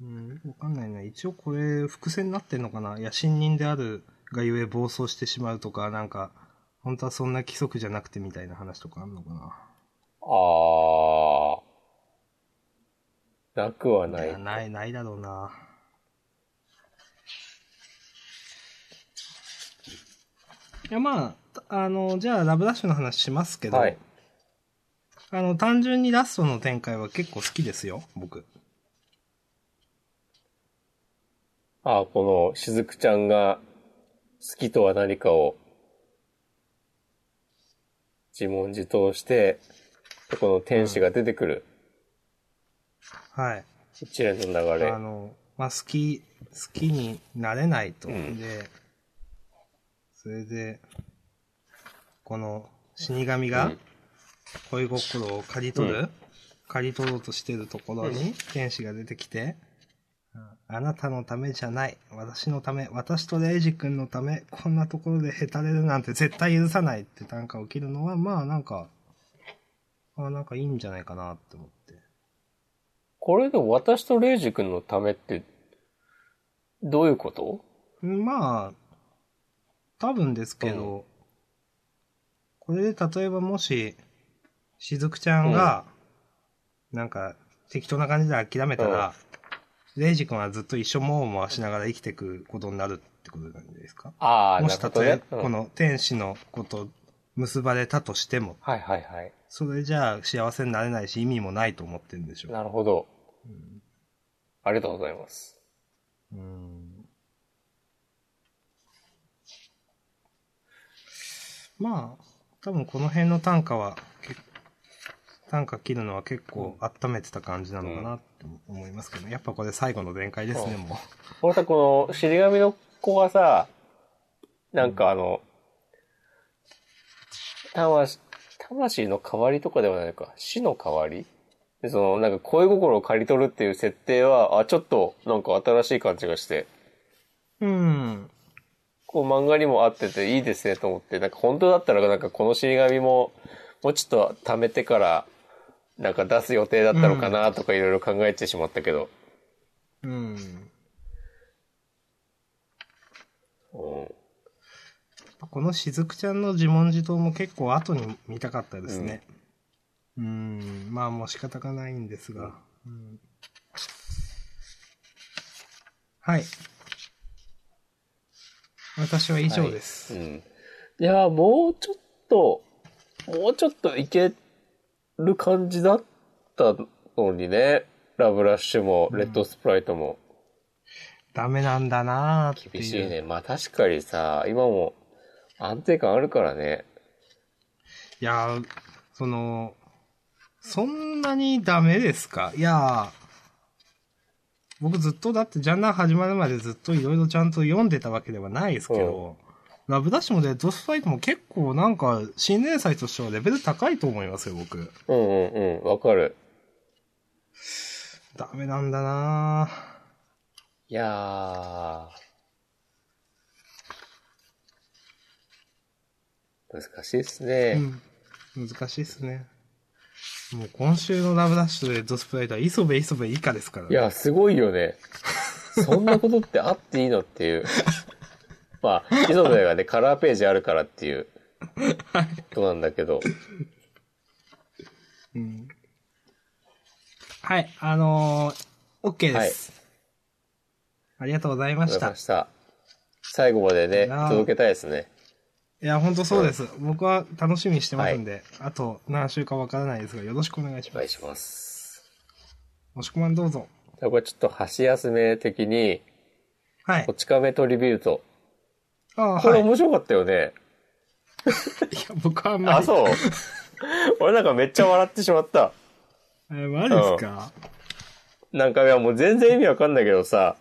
S2: うん、わかんないな。一応これ、伏線になってんのかないや、新任であるがゆえ暴走してしまうとか、なんか、本当はそんな規則じゃなくてみたいな話とかあんのかな
S1: あー。なくはない
S2: いや。ない、ないだろうな。いや、まあ、あの、じゃあ、ラブダッシュの話しますけど、
S1: はい。
S2: あの、単純にラストの展開は結構好きですよ、僕。
S1: あー、この、しずくちゃんが、好きとは何かを、自問自答して、でこの天使が出てくる。
S2: はい。
S1: 一連の流れ
S2: あ。の、まあ、好き、好きになれないと。
S1: うん
S2: で、それで、この、死神が
S1: うん、
S2: 恋心を刈り取る、
S1: うん
S2: 刈り取ろうとしてるところ
S1: う
S2: に、天使が出てきて、うんあなたのためじゃない。私のため、私とレイジ君のため、こんなところでへたれるなんて絶対許さないって短歌を切るのは、まあなんか、まあなんかいいんじゃないかなって思って。
S1: これでも私とレイジ君のためって、どういうこと
S2: まあ、多分ですけど、これで例えばもし、しずくちゃんが、なんか、適当な感じで諦めたら、レイジ君はずっと一生もを回しながら生きていくことになるってことなんですか
S1: ああ、
S2: もし
S1: なるほど
S2: 例え
S1: ね。
S2: ば、
S1: うん
S2: この天使の子と結ばれたとしても、
S1: はいはいはい。
S2: それじゃあ幸せになれないし意味もないと思ってるんでしょう。
S1: なるほど。ありがとうございます。
S2: うんまあ、多分この辺の短歌は、け短歌切るのは結構温めてた感じなのかなって思いますけど、やっぱこれ最後の弁解ですね、
S1: うん
S2: も
S1: このさ、この、尻紙の子がさ、なんかあの、魂、魂の代わりとかではないか、死の代わりで、その、なんか恋心を刈り取るっていう設定は、あ、ちょっと、なんか新しい感じがして、
S2: う。うん。
S1: こう漫画にも合ってていいですねと思って、なんか本当だったらなんかこの死神ももうちょっと貯めてからなんか出す予定だったのかなとかいろいろ考えてしまったけど、
S2: うん。
S1: うん
S2: このしずくちゃんの自問自答も結構後に見たかったですね。うん、まあもう仕方がないんですが。うんはい。私は以上です。
S1: うんいやーもうちょっともうちょっといける感じだったのにねラブラッシュもレッドスプライトも
S2: ダメなんだなーっていう。
S1: 厳しいね、まあ確かにさ今も安定感あるからね
S2: いやー、その、そんなにダメですかいやー、僕ずっとだってジャンナー始まるまでずっといろいろちゃんと読んでたわけではないですけど、ラブダッシュもデッドスファイトも結構なんか新年祭としてはレベル高いと思いますよ、僕。
S1: うんうんうんわかる
S2: ダメなんだない
S1: やー。難しいです
S2: ー、
S1: ね。
S2: うん。難しいっすね。もう今週のラブダッシュとデッドスプライトは磯部磯部以下ですから
S1: いや、すごいよね。そんなことってあっていいのっていう。 [LAUGHS] まあ、磯部がね、カラーページあるからっていう、ことなんだけど。
S2: うんはい、あのー、OK です、ありがとうございま
S1: わか
S2: し
S1: り
S2: た。
S1: ました。最後までね、
S2: なあ
S1: 届けたいですね。
S2: いや、本当そうです。僕は楽しみにしてますんで、あと何週かわからないですが、よろしくお願いし
S1: お
S2: ます。
S1: 願いします。
S2: もしくまんどうぞ。
S1: じゃあこれちょっと箸休め的に、
S2: はい
S1: こ。ち亀トリビュート。
S2: ああ、
S1: こ
S2: は
S1: れ
S2: い。いや、
S1: 面白かったよね。
S2: 僕はあんま
S1: あ、
S2: り。 [LAUGHS]
S1: そう。俺なんかめっちゃ笑ってしまった。
S2: えマジですか、
S1: なんかいやもう全然意味わかんないけどさ、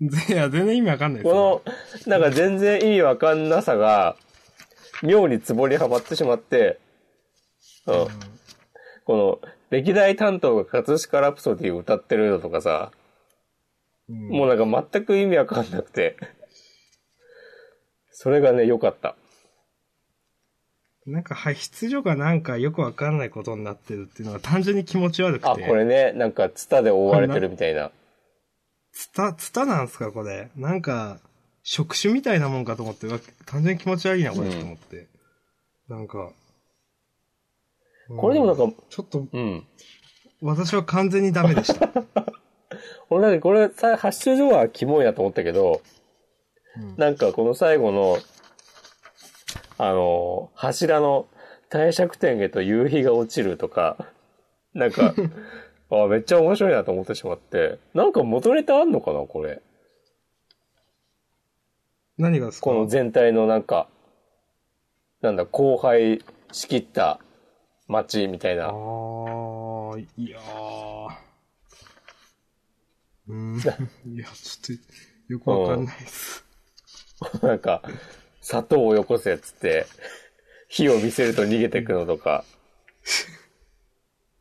S2: いや、全然意味わかんないですよ
S1: この、なんか全然意味わかんなさが、妙にツボにはまってしまって、うん。この、歴代担当が葛飾ラプソディを歌ってるのとかさ、
S2: うん
S1: もうなんか全く意味わかんなくて、それがね、良かった。
S2: なんか、はい、出所がなんかよくわかんないことになってるっていうのは単純に気持ち悪くて。
S1: あ、これね、なんかツタで覆われてるみたいな。
S2: ツタ、ツタなんすか、これ。なんか、触手みたいなもんかと思って、うわ単純に気持ち悪いな、これ、
S1: うん
S2: と思って。なんか。うん
S1: これでもなんか、
S2: ちょっと、
S1: うん。
S2: 私は完全にダメ
S1: [LAUGHS]
S2: でした。
S1: 俺なんかこれ、さ発注所はキモいなと思ったけど、
S2: うん
S1: なんかこの最後の、あの、柱の帝釈天下と夕日が落ちるとか、なん
S2: [LAUGHS]
S1: か、あめっちゃ面白いなと思ってしまって、なんか元ネタあんのかなこれ。
S2: 何がですか
S1: この全体のなんか、なんだ、荒廃しきった街みたい
S2: あ
S1: な。
S2: ー、いやー。う
S1: [LAUGHS]
S2: ーん。いや、ちょっと、よくわかんないです。
S1: なんか、砂糖をよこせっつって、火を見せると逃げてくのとか。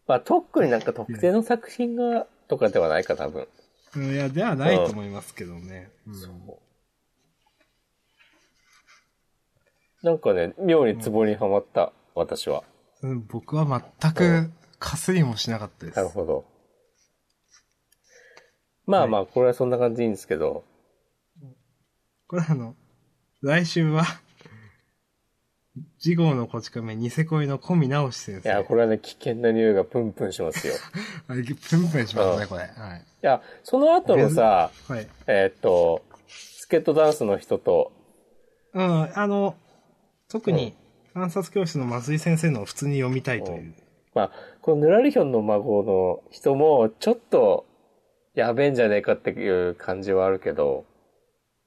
S1: まあ、特になんか特定の作品が、とかではないか、多分。
S2: うんいや、ではないと思いますけどね。うん
S1: なんかね、妙にツボにはまった、私は。
S2: うん僕は全く、かすりもしなかったです。
S1: なるほど。まあまあ、これはそんな感じでいいんですけど、
S2: これあの、来週は、次号のこち亀、ニセ恋の小見直し先
S1: い
S2: 生。
S1: や、これはね、危険な匂いがプンプンしますよ。
S2: あれ、プンプンしますね、これ。はい。
S1: いや、その後のさ、
S2: はい。
S1: えーっと、スケートダンスの人と、
S2: うん、あの、特に、暗殺教室の松井先生のを普通に読みたいという。
S1: まあ、このヌラリヒョンの孫の人も、ちょっと、やべえんじゃねえかっていう感じはあるけど、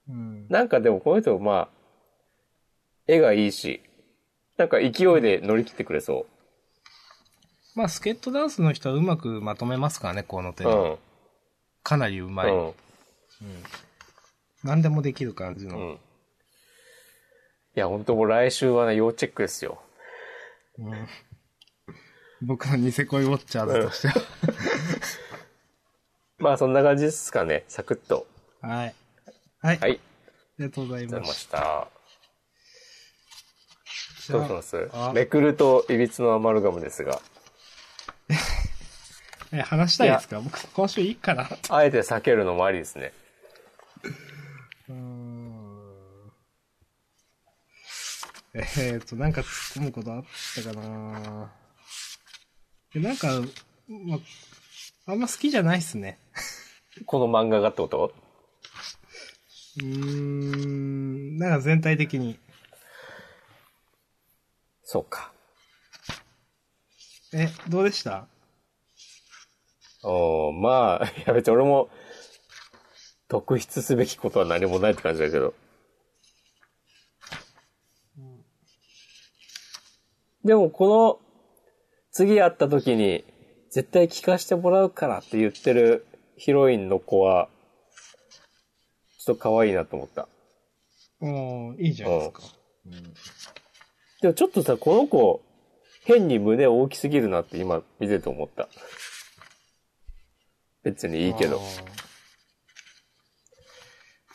S2: うん。
S1: なんかでもこの人、まあ、絵がいいし、なんか勢いで乗り切ってくれそ
S2: まあ、スケットダンスの人はうまくまとめますからね、この手
S1: う。う
S2: は
S1: ん。
S2: かなりうまい。
S1: うん。
S2: 何でもできる感じ
S1: う
S2: の。
S1: ん。いや、本当もう来週はね、要チェックですよ。
S2: うん僕のニセ恋ウォッチャーズとしては。
S1: まあ、そんな感じですかね。サクッと。
S2: はい。は
S1: は
S2: い。あ
S1: い。あり
S2: りがとうござい
S1: がとうござ
S2: ま。
S1: いますした。
S2: じ
S1: どう
S2: ゃ
S1: します
S2: あ
S1: めくるといびつのアマルガムですが、
S2: あえ話したいですか僕、今週いいかな
S1: あえて避けるのもありですね。
S2: えっと、なんか突っ込むことあったかなえなんか、ま、あんま好きじゃないっすね。
S1: この漫画がってこと
S2: うーん、なんか全体的に。
S1: そうか。
S2: え、どうでした
S1: おーまあ、 [LAUGHS] いや別に俺も、特筆すべきことは何もないって感じだけど。でもこの、次会った時に、絶対聞かせてもらうからって言ってるヒロインの子は、ちょっと可愛いなと思った。
S2: おーいいじゃないですか。
S1: でもちょっとさ、この子、変に胸大きすぎるなって今見てて思った。別にいいけ
S2: あ
S1: ど。
S2: ー。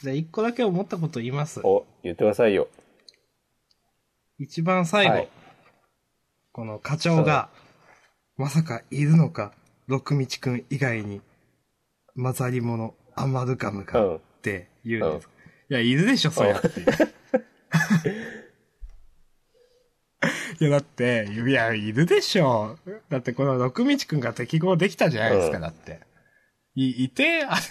S2: じゃあ、一個だけ思ったこと言います。
S1: お、言ってくださいよ。
S2: 一番最後、
S1: はい
S2: この課長が、まさかいるのか、六道くん以外に、混ざり物、アマルガム
S1: う
S2: が、
S1: ん
S2: って言うんです。いや、いるでしょ、そうやって。 [LAUGHS] いや、だって、いや、いるでしょ。だって、この六道くんが適合できたじゃないですか、
S1: うん
S2: だって。い、いて、あ、い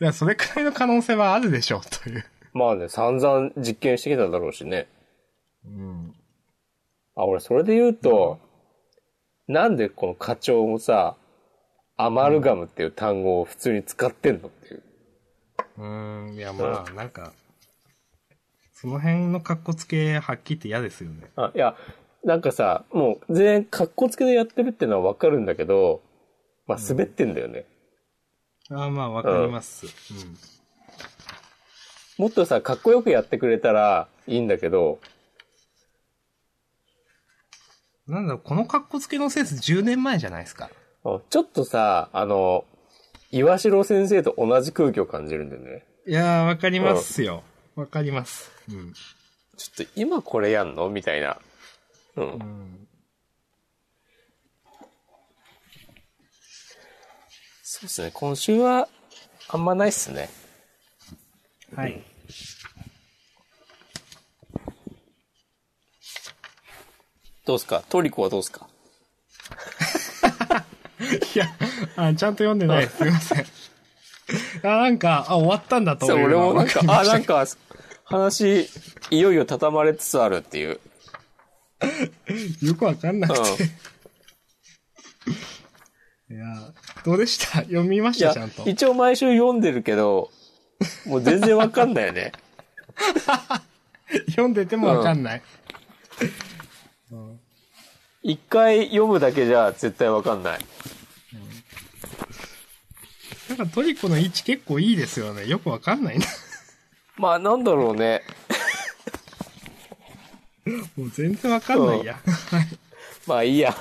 S2: や、それくらいの可能性はあるでしょ、という。
S1: まあね、散々実験してきただろうしね。
S2: うん。
S1: あ、俺、それで言うと、なんでこの課長もさ、アマルガムっていう単語を普通に使ってんのっていう。
S2: うーん、いや、まあ、なんか、その辺の格好つけ、はっきり言って嫌ですよね。
S1: あ、いや、なんかさ、もう全然格好つけでやってるってのはわかるんだけど、まあ滑ってんだよね。
S2: ああ、まあ、わかります。
S1: もっとさ、かっこよくやってくれたらいいんだけど、
S2: うん。なんだろう、この格好つけのセンス10年前じゃないですか。
S1: あちょっとさ、あの、岩城先生と同じ空気を感じるんだよね。
S2: いやー、わかりますよ。わかります。うん。
S1: ちょっと今これやんのみたいな。うん
S2: うん。
S1: そうですね。今週は、あんまないっすね。
S2: はい。
S1: どうっすかトリコはどうっすか
S2: いや、あちゃんと読んでない。 [LAUGHS] すいません。あ、なんか、あ、終わったんだと
S1: そ
S2: 思
S1: う、
S2: う。
S1: 俺もなん
S2: わ
S1: か、
S2: りま
S1: あ、
S2: した
S1: なんか、話、いよいよ畳まれつつあるっていう。
S2: よくわかんなくて。
S1: う
S2: いやー、どうでした読みま
S1: ん。
S2: し
S1: い
S2: た
S1: や
S2: ちゃんと。、
S1: 一応毎週読んでるけど、もう全然わかんないよ [LAUGHS] ね。
S2: 読んでてもわかんない。
S1: 一回読むだけじゃ絶対わかんない。
S2: なんかトリコの位置結構いいですよね。よくわかんないな。
S1: まあ、なんだろうね。
S2: [LAUGHS] もう全然わかんないや。
S1: まあい [LAUGHS] いや。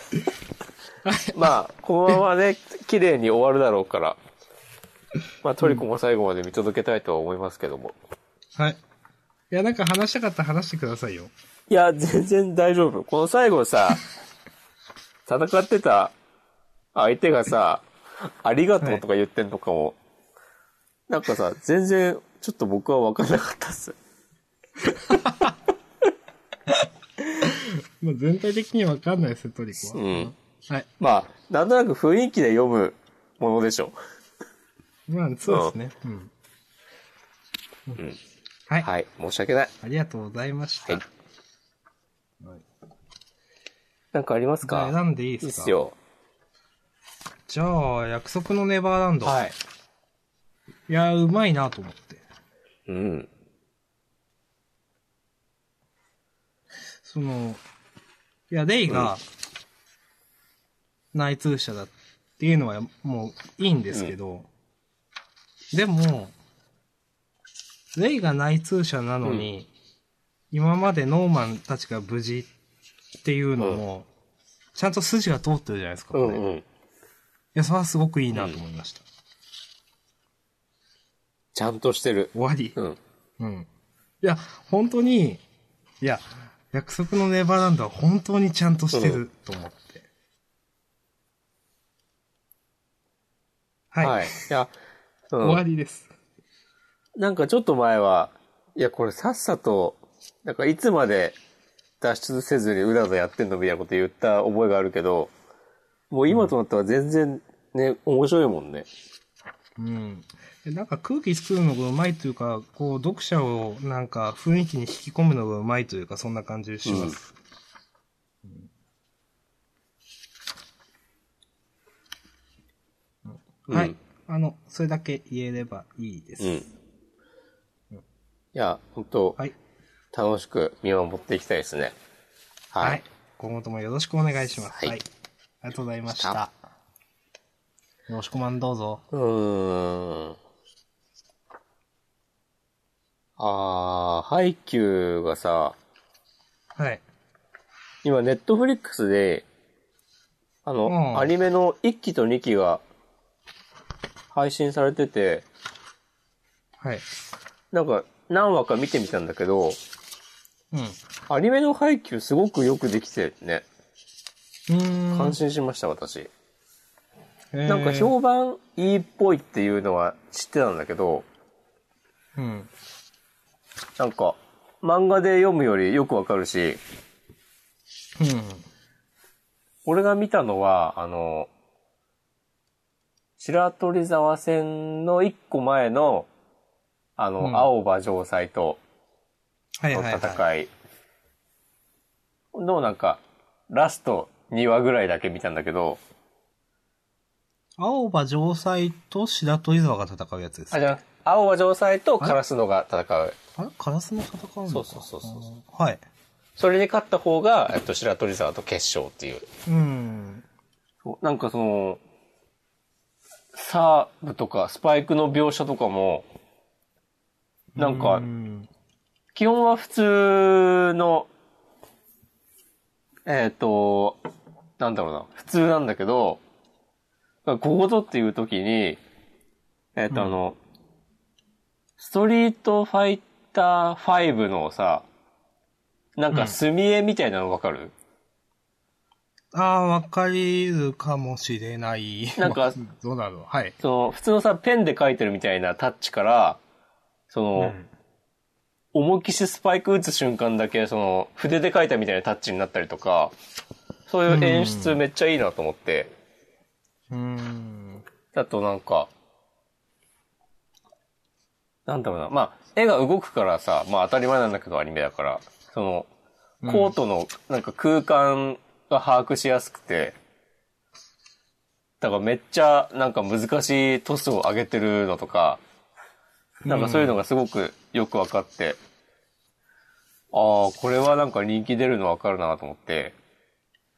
S1: まあ、このままね、綺麗に終わるだろうから。まあトリコも最後まで見届けたいとは思いますけども。
S2: はい。いや、なんか話したかったら話してくださいよ。
S1: いや、全然大丈夫。この最後さ、戦ってた相手がさ、ありがとうとか言ってんのかも。なんかさ、全然、ちょっと僕は分かんなかったっす。
S2: まあ、全体的にわかんないですよ、トリコは。
S1: うん。
S2: はい。
S1: まあ、なんとなく雰囲気で読むものでしょ。
S2: まあ、そうですね。うん。うんはい。
S1: はい、申し訳ない。
S2: ありがとうございました。
S1: はい
S2: はい
S1: なんかあります
S2: じゃあ
S1: か
S2: 選んでいい
S1: いい
S2: で
S1: っ
S2: すか
S1: すよ。
S2: じゃあ、約束のネバーランド。い。
S1: はい。
S2: や、うまいなと思って。
S1: うん。
S2: その、いや、レイが、内通者だっていうのはもういいんですけど、でも、レイが内通者なのに、今までノーマンたちが無事っていうのも、ちゃんと筋が通ってるじゃないですか、
S1: う
S2: これ
S1: んうん。
S2: いや、それはすごくいいなと思いました。
S1: ちゃんとしてる。
S2: 終わり。
S1: うん。
S2: うん。いや、本当に、いや、約束のネバーランドは本当にちゃんとしてると思って。はい。
S1: はい。いや、うん
S2: 終わりです。
S1: なんかちょっと前は、いや、これさっさと、なんかいつまで脱出せずにうだうだやってんのみたいなこと言った覚えがあるけど、もう今となっては全然ね、面白いもんね。
S2: うん。でなんか空気作るのがうまいというか、こう、読者をなんか雰囲気に引き込むのがうまいというか、そんな感じします。
S1: うん
S2: はい、
S1: うん
S2: あの、それだけ言えればいいです。
S1: うん。いや、本当、
S2: はい。
S1: 楽しく見守っていきたいですね。はい。
S2: はい。今後ともよろしくお願いしま
S1: は
S2: す。
S1: い
S2: はい、ありがとうございまし。
S1: した
S2: よろしくまんどうぞ。
S1: うーん。あー、ハイキューがさ、
S2: はい。
S1: 今、ネットフリックスで、あの、
S2: うん
S1: アニメの1期と2期が配信されてて、
S2: はい。
S1: なんか何話か見てみたんだけど、
S2: うん。う
S1: アニメの配給すごくよくできてるね。
S2: ーん。
S1: 感心しました、私。
S2: えー
S1: なんか評判いいっぽいっていうのは知ってたんだけど、
S2: うん。
S1: なんか漫画で読むよりよくわかるし、
S2: うん。
S1: 俺が見たのは、あの、白鳥沢線の一個前の、あの、
S2: うん
S1: 青葉城西と
S2: はい
S1: の
S2: はい、はい。
S1: 戦いのなんか、ラスト2話ぐらいだけ見たんだけど、
S2: 青葉城西と白鳥沢が戦うやつです。
S1: あ、
S2: あ
S1: じ
S2: れ、
S1: ゃあ青葉城西とカラスノが戦う。
S2: カラスも戦うのか。
S1: そうそうそうそう
S2: はい。
S1: それに勝った方が、えっと、白鳥沢と決勝っていう。
S2: うん。
S1: なんかその、サーブとかスパイクの描写とかも、なんか
S2: うん。
S1: 基本は普通の、えっ、と、なんだろうな、普通なんだけど、ここぞっていう時に、えっ、と、あの、ストリートファイター5のさ、なんか墨絵みたいなのわかる、
S2: ああ、わかりるかもしれない。
S1: なんか
S2: [LAUGHS] どうだろう。はい。
S1: その、普通のさ、ペンで描いてるみたいなタッチから、その、思いっきしスパイク打つ瞬間だけ、その、筆で描いたみたいなタッチになったりとか、そういう演出めっちゃいいなと思って。
S2: うん。うん。
S1: あとなんか、なんだろうな、まあ、絵が動くからさ、まあ当たり前なんだけどアニメだから、その、コートのなんか空間が把握しやすくて、だからめっちゃなんか難しいトスを上げてるのとか、なんかそういうのがすごくよく分かって、ああ、これはなんか人気出るの分かるなと思って、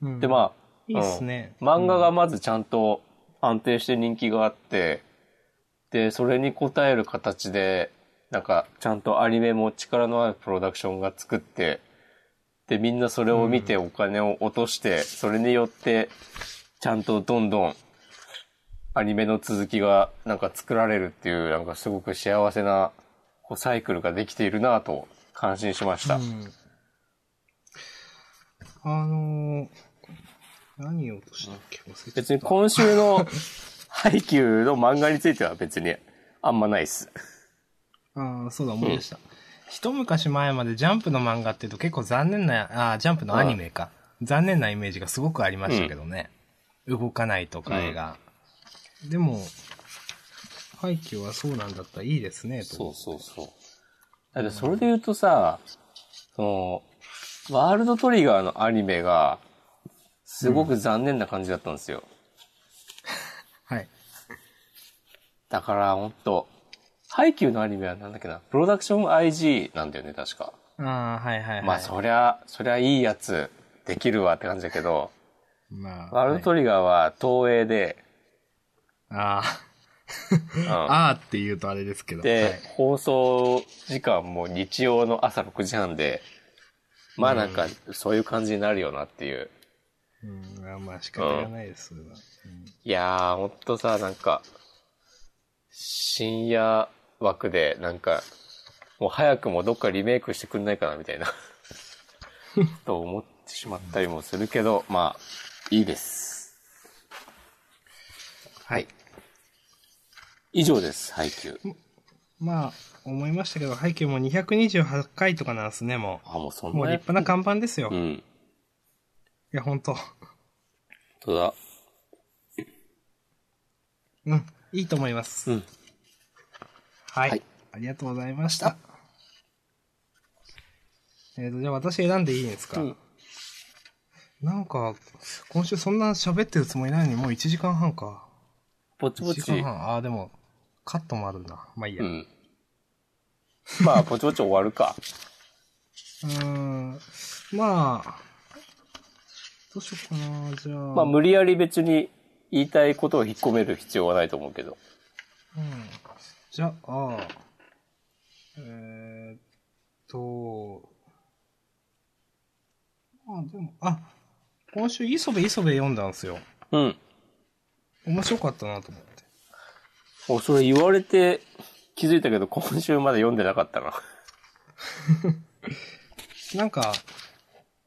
S2: うん
S1: で、まあ、
S2: いいっすね
S1: うん漫画がまずちゃんと安定して人気があって、で、それに応える形で、なんか、ちゃんとアニメも力のあるプロダクションが作って、で、みんなそれを見てお金を落として、それによって、ちゃんとどんどん、アニメの続きがなんか作られるっていう、なんかすごく幸せなこうサイクルができているなと感心しました。
S2: うんあのー、何言おうとしたっけ忘れちゃった
S1: 別に今週のハイキューの漫画については別にあんまないっす。
S2: ああ、そうだ、思い出した。一昔前までジャンプの漫画っていうと結構残念な、あージャンプのアニメか。残念なイメージがすごくありましたけどね。動かないとか絵が。でも、廃棄はそうなんだったらいいですね、と。
S1: そうそうそう。だってそれで言うとさ、その、ワールドトリガーのアニメが、すごく残念な感じだったんですよ。
S2: はい。
S1: だから、もっと、ハイキューのアニメはなんだっけな、プロダクション IG なんだよね、確か。
S2: ああ、はいはいはい。
S1: まあ、そりゃ、そりゃいいやつ、できるわって感じだけど、
S2: まあ、
S1: ワールドトリガーは東映で、
S2: ああ、
S1: うん
S2: [LAUGHS] ああって言うとあれですけど。
S1: で、
S2: はい
S1: 放送時間も日曜の朝6時半で、まあなんか、そういう感じになるよなっていう。
S2: うん、あーまあ仕方がないです、それは。
S1: いやー、ほんとさ、なんか、深夜枠で、なんか、もう早くもどっかリメイクしてくんないかな、み
S2: [LAUGHS]
S1: たいな、と思ってしまったりもするけど、まあ、いいです。
S2: はい。
S1: 以上です、配給。
S2: まあ、思いましたけど、背景も228回とかなんですね、も
S1: あ、もうそん
S2: う。もう
S1: な
S2: 立派な看板ですよ。
S1: う
S2: い
S1: ん。
S2: や、ほんと。
S1: 本当だ。
S2: うん、いいと思います。
S1: うん
S2: はい。
S1: はい
S2: ありがとうございました。えーと、じゃあ私選んでいいですか、
S1: うん
S2: なんか、今週そんな喋ってるつもりないのに、もう1時間半か。
S1: ぼち
S2: 1
S1: ぼ
S2: 時
S1: ち。
S2: 間半。ああー、でも、カットもあるな。まあいいや。
S1: う
S2: うーん、
S1: ん。まあ、ぼちぼち終わるか。
S2: んまあ、どうしようかな、じゃあ。
S1: まあ、無理やり別に言いたいことを引っ込める必要はないと思うけど。
S2: うんじゃあ、えー、っと、まあでも、あ、今週磯部磯部読んだんですよ。
S1: うん。
S2: 面白かったなと思って。
S1: お、それ言われて気づいたけど、今週まで読んでなかったな。
S2: なんか、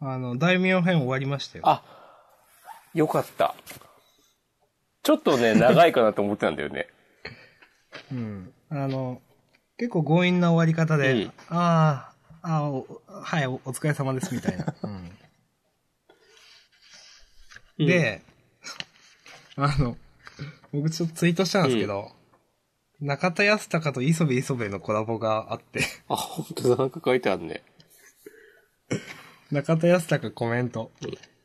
S2: あの、大名編終わりましたよ。
S1: あ、よかった。ちょっと
S2: [LAUGHS]
S1: ね、長いかなと思ってたんだよね。
S2: うん。あの、結構強引な終わり方で、
S1: うん
S2: ああ、ああ、おはいお、お疲れ様ですみたいな。うん
S1: うん
S2: で、あの、僕ちょっとツイートしたんですけど、中田康隆と磯部磯部のコラボがあって、 [LAUGHS]
S1: あ、本当だ、なんか書いてあるね。
S2: 中田康隆コメント。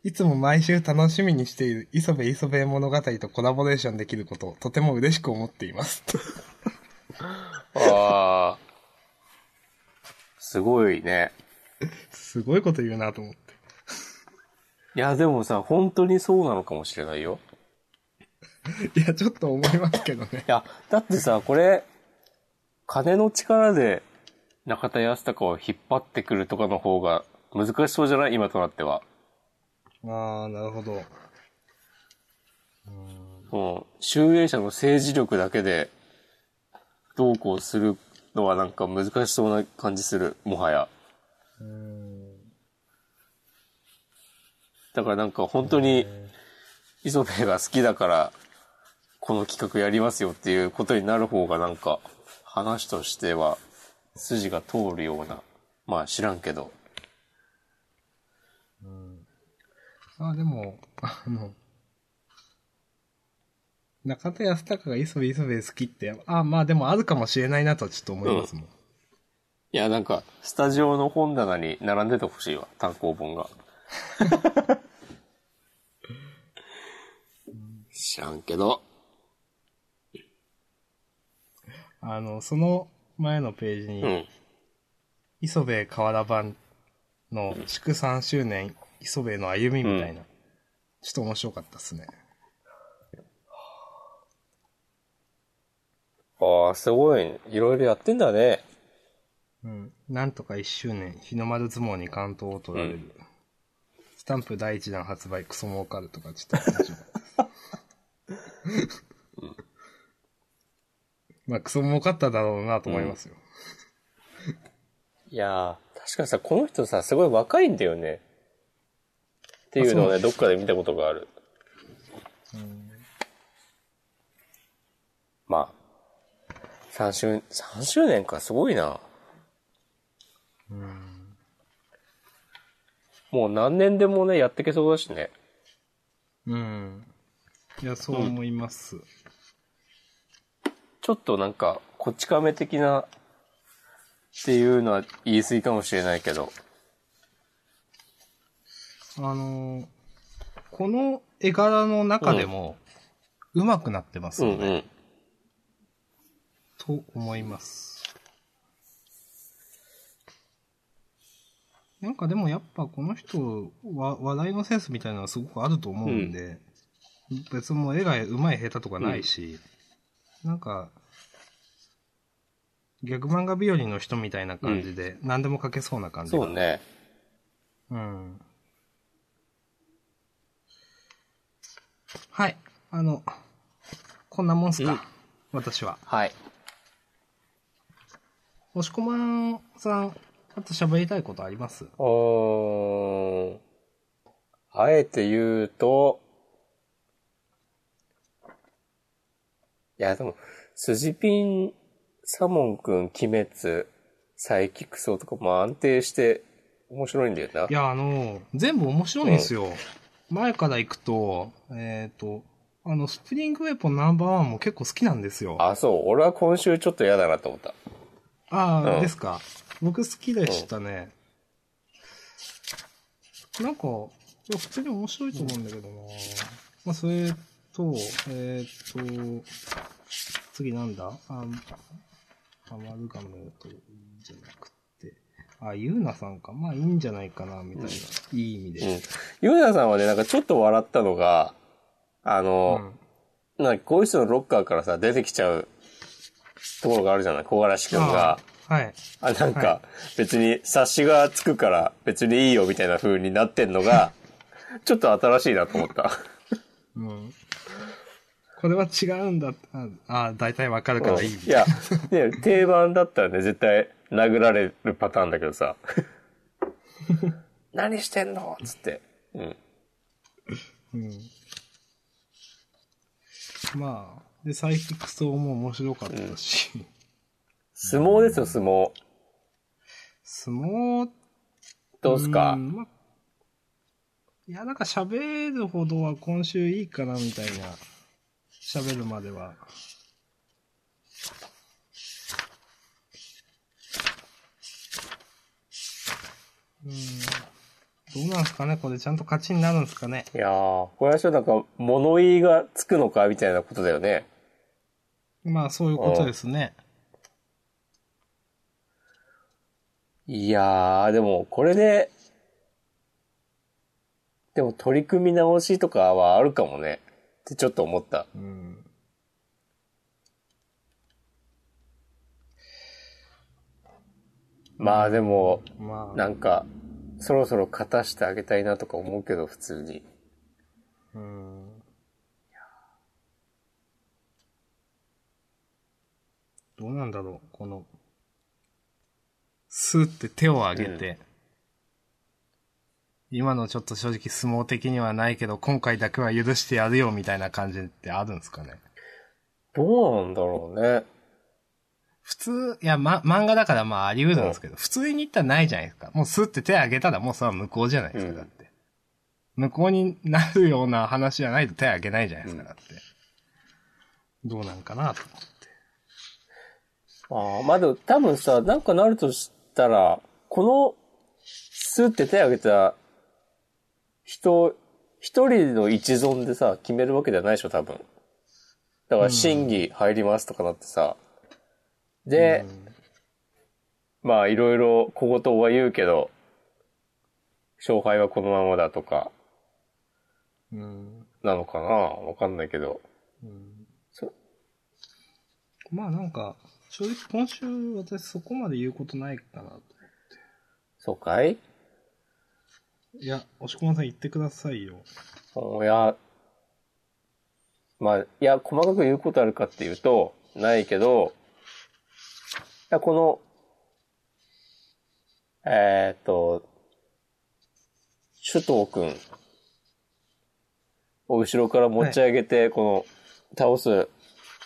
S2: いつも毎週楽しみにしている磯部磯部物語とコラボレーションできることをとても嬉しく思っています。 [LAUGHS]
S1: ああ。すごいね。
S2: すごいこと言うなと思って。
S1: いや、でもさ、本当にそうなのかもしれないよ。
S2: いや、ちょっと思いますけどね。
S1: いや、だってさ、これ、金の力で中田康隆を引っ張ってくるとかの方が難しそうじゃない今となっては。
S2: ああ、なるほど。
S1: もう、集英者の政治力だけで、どうこうするのはなんか難しそうな感じする、もはや。だからなんか本当に、磯部が好きだから、この企画やりますよっていうことになる方がなんか、話としては、筋が通るような、まあ知らんけど。
S2: ああ、でも、あの、中田康隆が磯部磯部好きって、ああ、まあでもあるかもしれないなとはちょっと思いますもん。
S1: いや、なんか、スタジオの本棚に並んでてほしいわ、単行本が。 [LAUGHS] 知らんけど。
S2: あの、その前のページに、
S1: うん。
S2: 磯部河原版の祝3周年、磯部の歩みみたいな、ちょっと面白かったですね。
S1: ああ、すごい。いろいろやってんだね。
S2: うん。なんとか1周年、日の丸相撲に関東を取られる。スタンプ第1弾発売、クソ儲かるとか、ちょっと面白かったです。まあ、クソ儲かっただろうなと思いますよ。
S1: いやー、確かにさ、この人さ、すごい若いんだよね。っていうのをね、どっかで見たことがある。まあ、3周、3周年か、すごいな。もう何年でもね、やってけそうだしね。
S2: うん。いや、そう思います。
S1: ちょっとなんか、こち亀的な、っていうのは言い過ぎかもしれないけど。
S2: あのーこの絵柄の中でも、うまくなってます
S1: う
S2: よ
S1: ん
S2: ね、
S1: うん。
S2: と思います。なんかでもやっぱこの人は話題のセンスみたいなのはすごくあると思うんで、別にもう絵が上手い下手とかないし、なんか、逆漫画日和の人みたいな感じで、何でも描けそうな感じが
S1: そうね。
S2: うんはい。あの、こんなもんすか。
S1: うん
S2: 私は。
S1: はい。
S2: 押し込まんさん、あと喋りたいことあります
S1: うーん。あえて言うと、いや、でも、筋ピン、サモンくん、鬼滅、サイキクソとかも安定して面白いんだよな。
S2: いや、あの、全部面白いんですよ。前から行くと、えっ、と、あの、スプリングウェポンナンバーワンも結構好きなんですよ。あ
S1: あ、そう。俺は今週ちょっと嫌だなと思った。
S2: あー、
S1: うん
S2: ですか。僕好きでしたね。なんか、いや、普通に面白いと思うんだけどなまあ、それと、えーっと、次なんだあ、アマルガムと、じゃなくて、あ、ゆうなさんか。まあ、いいんじゃないかな、みたいな。いい意味
S1: う
S2: で
S1: ん。。ヨネダさんはね、なんかちょっと笑ったのが、あ
S2: う
S1: の、
S2: ん
S1: なんかこういう人のロッカーからさ、出てきちゃうところがあるじゃない小柄しくんが
S2: あ。ーはい。
S1: あ、なん
S2: は
S1: か、別に察しがつくから別にいいよみたいな風になってんのが、ちょっと新しいなと思った。
S2: うん。これは違うんだ。あ、あ大体わかるからいい。
S1: いや、ね、定番だったらね、絶対殴られるパターンだけど
S2: [LAUGHS]
S1: さ。何してんのつって。うん。
S2: うん。まあ、で、サイキックソーも面白かったし、
S1: 相撲ですよ、相撲。
S2: 相撲
S1: どうすか、
S2: んまあいや、なんか喋るほどは今週いいかな、みたいな。喋るまでは。うん。どうなんすかねこれちゃんと勝ちになるんすかね
S1: いやー、これはちょっとなんか、物言いがつくのかみたいなことだよね。
S2: まあ、そういうことですね。
S1: いやー、でも、これで、でも取り組み直しとかはあるかもね。ってちょっと思った。
S2: うん
S1: まあでも、
S2: まあ、
S1: なんか、そろそろ勝たしてあげたいなとか思うけど、普通に。
S2: うん。どうなんだろうこの、スーって手を上げて、今のちょっと正直相撲的にはないけど、今回だけは許してやるよみたいな感じってあるんですかね
S1: どうなんだろうね。
S2: 普通、いや、ま、漫画だからまああり得るんですけど、普通に言ったらないじゃないですか。もうスーって手上げたらもうそれは無効じゃないですか、
S1: うん
S2: だって。無効になるような話じゃないと手上げないじゃないですか、
S1: うん
S2: だって。どうなんかなと。
S1: ああ、まあでも多分さ、なんかなるとしたら、この、スって手挙げた人、一人の一存でさ、決めるわけじゃないでしょ、多分。だから、審議入りますとかなってさ。で、まあ、いろいろ小言は言うけど、勝敗はこのままだとか、
S2: うん。
S1: なのかなわかんないけど。そ
S2: まあなんか、正直今週私そこまで言うことないかなと。
S1: そうかい
S2: いや、押し込まさん言ってくださいよ。
S1: いや、まあ、いや、細かく言うことあるかっていうと、ないけど、いやこの、えーっと、首藤くんを後ろから持ち上げて、この、倒す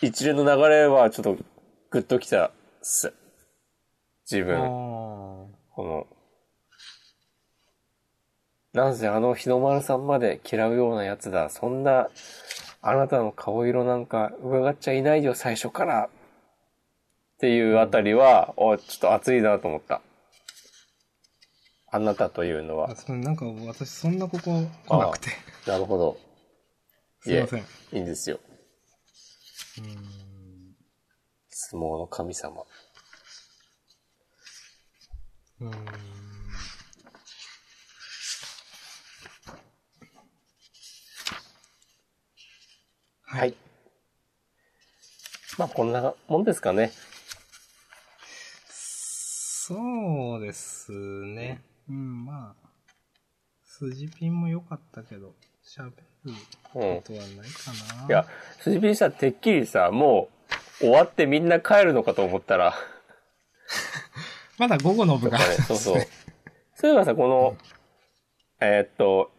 S1: 一連の流れはちょっとグッときたっす。自
S2: あ
S1: 分。
S2: ー
S1: この、なんせあの日の丸さんまで嫌うようなやつだ。そんな、あなたの顔色なんか伺っちゃいないよ、最初から。っていうあたりは、お、ちょっと熱いなと思った。あなたというの
S2: あ
S1: は。
S2: それなんか私そんなここ来なくて。
S1: なるほど。
S2: すいません。う
S1: いいんですよ。
S2: ーん
S1: 相撲の神様。
S2: うーん
S1: はい。まあ、こんなもんですかね。
S2: そうですね。うん、まあ。筋ピンも良かったけど、喋ることはないかな。
S1: いや、スジピンさん、てっきりさ、もう、終わってみんな帰るのかと思ったら、
S2: まだ午後の部が。
S1: [LAUGHS] そうそう。そういえばさ、この、えーっと、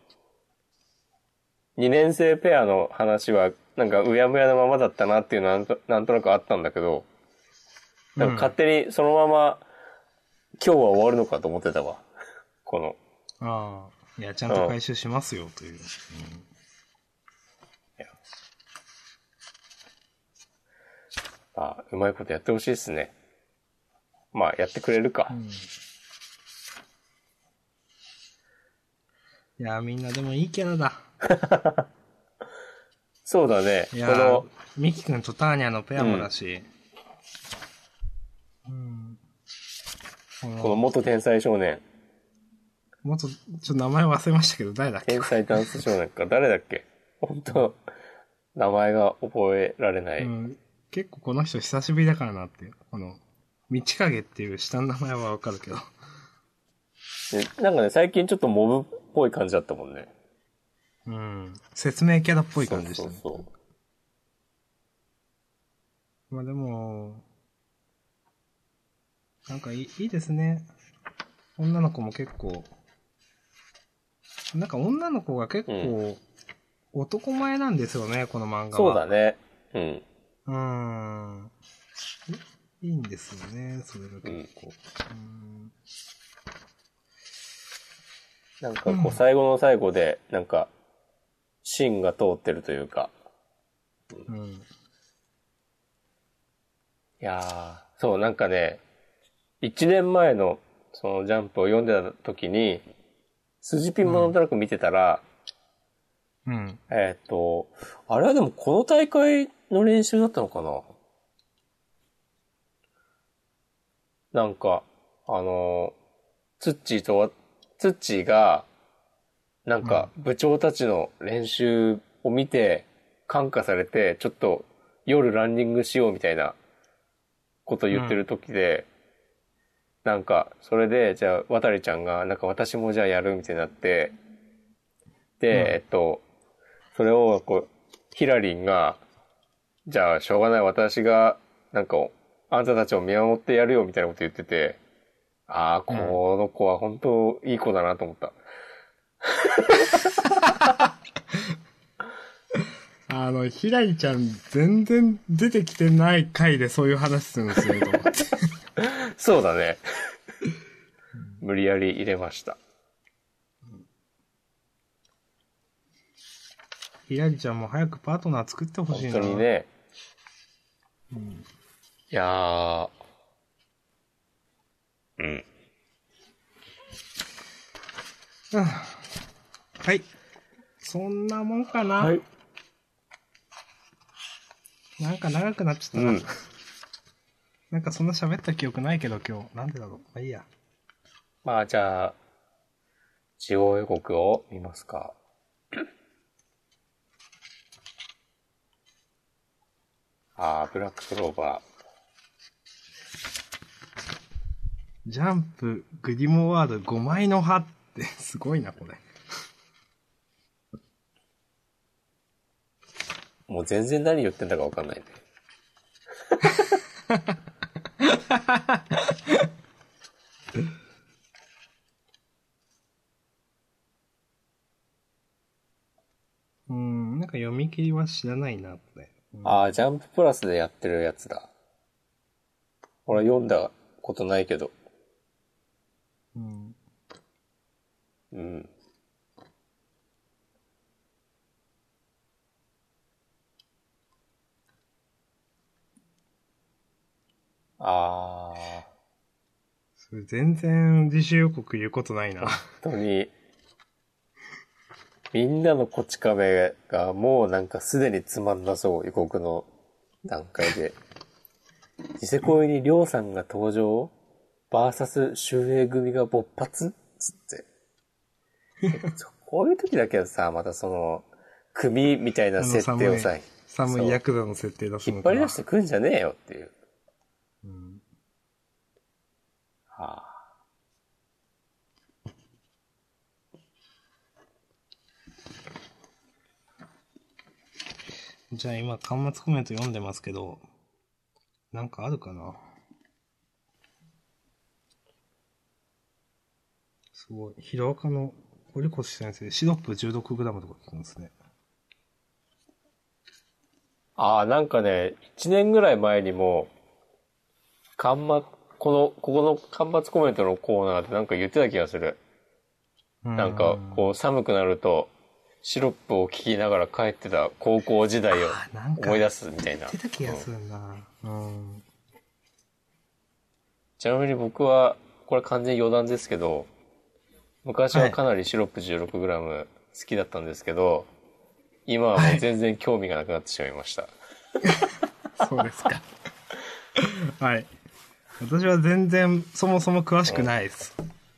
S1: 2年生ペアの話は、なんか、うやむやのままだったなっていうのはなんと、なんとなくあったんだけど、なんか勝手にそのまま、今日は終わるのかと思ってたわ。この、
S2: ああ。いや、ちゃんと回収しますよ、という。
S1: あうまいことやってほしいですね。まあ、やってくれるか。
S2: うん。いや、みんなでもいいキャラだ。
S1: そうだね。こ
S2: いや
S1: の、、
S2: ミキ君とターニャのペアもだし。うん。こ
S1: この
S2: の、
S1: 元天才少年。
S2: もっと、ちょっと名前忘れましたけど、誰だっけ
S1: 天才ダンス少年か。誰だっけ本当名前が覚えられない。
S2: うん、結構この人久しぶりだからなっていう。この、道影っていう下の名前はわかるけど。
S1: でなんかね、最近ちょっとモブっぽい感じだったもんね。
S2: うん。説明キャラっぽい
S1: そう
S2: 感じでした
S1: そう
S2: ね。
S1: そう。
S2: まあでも、なんかいいいいですね。女の子も結構、なんか女の子が結構、男前なんですよね、この漫画
S1: そ
S2: は。
S1: うだね。うん。
S2: うーん。いいいんですよね、それが結構。うん。
S1: なんかこ
S2: う
S1: うん最後の最後で、なんか、芯が通ってるというか。
S2: うん。
S1: いやー、そう、なんかね、1年前のそのジャンプを読んでた時に、筋ピンもなんとなく見てたら、
S2: うん。
S1: えーっと、あれはでもこの大会の練習だったのかななんか、あの、ツッチーとわ、ツッチーが、なんか部長たちの練習を見て、感化されて、ちょっと夜ランニングしようみたいなこと言ってる時で、なんか、それで、じゃあ、渡ちゃんが、なんか私もじゃあやるみたいになって、で、
S2: うん
S1: えっと、それを、こう、ヒラリンが、じゃあ、しょうがない私が、なんか、あんたたちを見守ってやるよみたいなこと言ってて、ああ、この子は本当いい子だなと思った。
S2: あの、ひらりちゃん、全然出てきてない回でそういう話するんです [LAUGHS] よ、と思って。
S1: そうだね。無理やり入れました。
S2: ひらりちゃんも早くパートナー作ってほしい
S1: 本
S2: な。
S1: 当にね。いやー。うん。
S2: [SIGHS] はい。そんなもんかな。
S1: はい
S2: なんか長くなっちゃったな。
S1: うん
S2: なんかそんな喋った記憶ないけど今日。なんでだろう。まあいいや。
S1: まあ、じゃあ、地方予告を見ますか。ああ、ブラッククローバ
S2: ジャンプ、グリモワード5枚の葉って、 [LAUGHS] すごいな、これ。
S1: ー。もう全然何言ってんだかわかんないね。
S2: うん、なんか読み切りは知らないな、これ。
S1: ああ、ジャンププラスでやってるやつだ。俺は読んだことないけど。
S2: うん。
S1: うん。ああ、
S2: それ全然自主予告言うことないな。
S1: 本当に、みんなのこち亀がもうなんかすでにつまんなそう、予告の段階で。ニセ恋にりょうさんが登場バーサス周平組が勃発つって。そうこういう時だけどさ、またその、組みたいな設定を
S2: あ
S1: さ
S2: の、寒
S1: そう
S2: いヤクザの設定出す
S1: 引
S2: の
S1: っ
S2: か
S1: 張
S2: な。
S1: り出してくんじゃねえよっていう。
S2: うん
S1: はあ、
S2: じゃあ今、端末コメント読んでますけど、なんかあるかなすごい。広岡の堀越先生、シロップ 16g とかってんですね。
S1: ああ、なんかね、1年ぐらい前にも、端末、この、ここの端末コメントのコーナーでなんか言ってた気がする。なんか、こう寒くなると、シロップを聞きながら帰ってた高校時代を
S2: あーなんか
S1: 思い出すみたいな。
S2: 出た気がするな。うん。
S1: ちなみに僕は、これ完全に余談ですけど、昔はかなりシロップ 16g 好きだったんですけど、今はもう全然興味がなくなってしまいました。
S2: そうですか。 [LAUGHS] はい。私は全然、そもそも詳しくないです。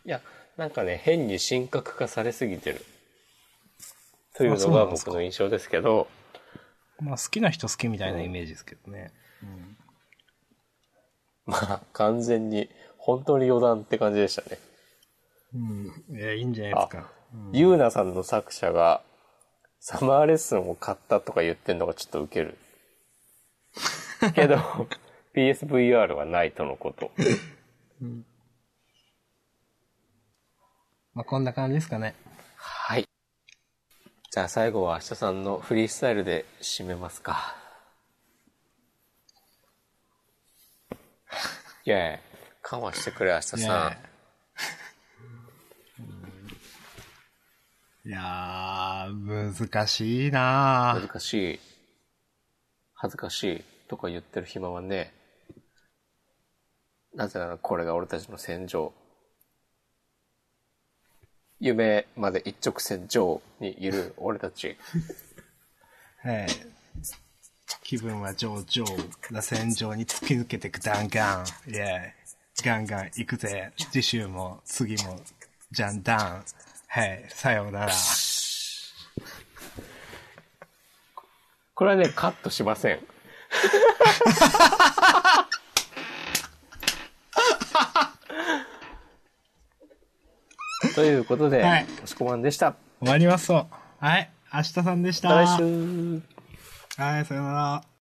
S1: いや、なんかね、変に神格化されすぎてる。という
S2: あそ
S1: の
S2: うな
S1: が
S2: んです
S1: 僕
S2: か
S1: の印象ですけど、
S2: まあ、好きな人好きみたいなイメージですけどね。
S1: まあ、完全に、本当に余談って感じでしたね。
S2: うん。いや、いいんじゃないですか。
S1: ゆうなさんの作者が、サマーレッスンを買ったとか言ってんのがちょっとウケる。け
S2: [LAUGHS]
S1: ど、PSVR はないとのこと。
S2: まあ、こんな感じですかね。
S1: はい。じゃあ最後は明日さんのフリースタイルで締めます
S2: [LAUGHS]
S1: か。いやいや、緩和してくれ、明日さん。
S2: いやいやー、難しいなー
S1: 難しい。恥ずかしい。とか言ってる暇はねえ。なぜならこれが俺たちの戦場。夢まで一直線上にいる俺たち。
S2: はい。気分は上々。螺旋状に突き抜けてくガンガン。イェイ。ガンガン行くぜ。次週も、次も、じゃんだん。はい。さようなら。
S1: これはね、カットしま
S2: [LAUGHS]
S1: せん。ということで、
S2: はい
S1: 押しこまんでした。
S2: 終わりますと。はい。明日さんでした。
S1: また来週。
S2: はい。さようなら。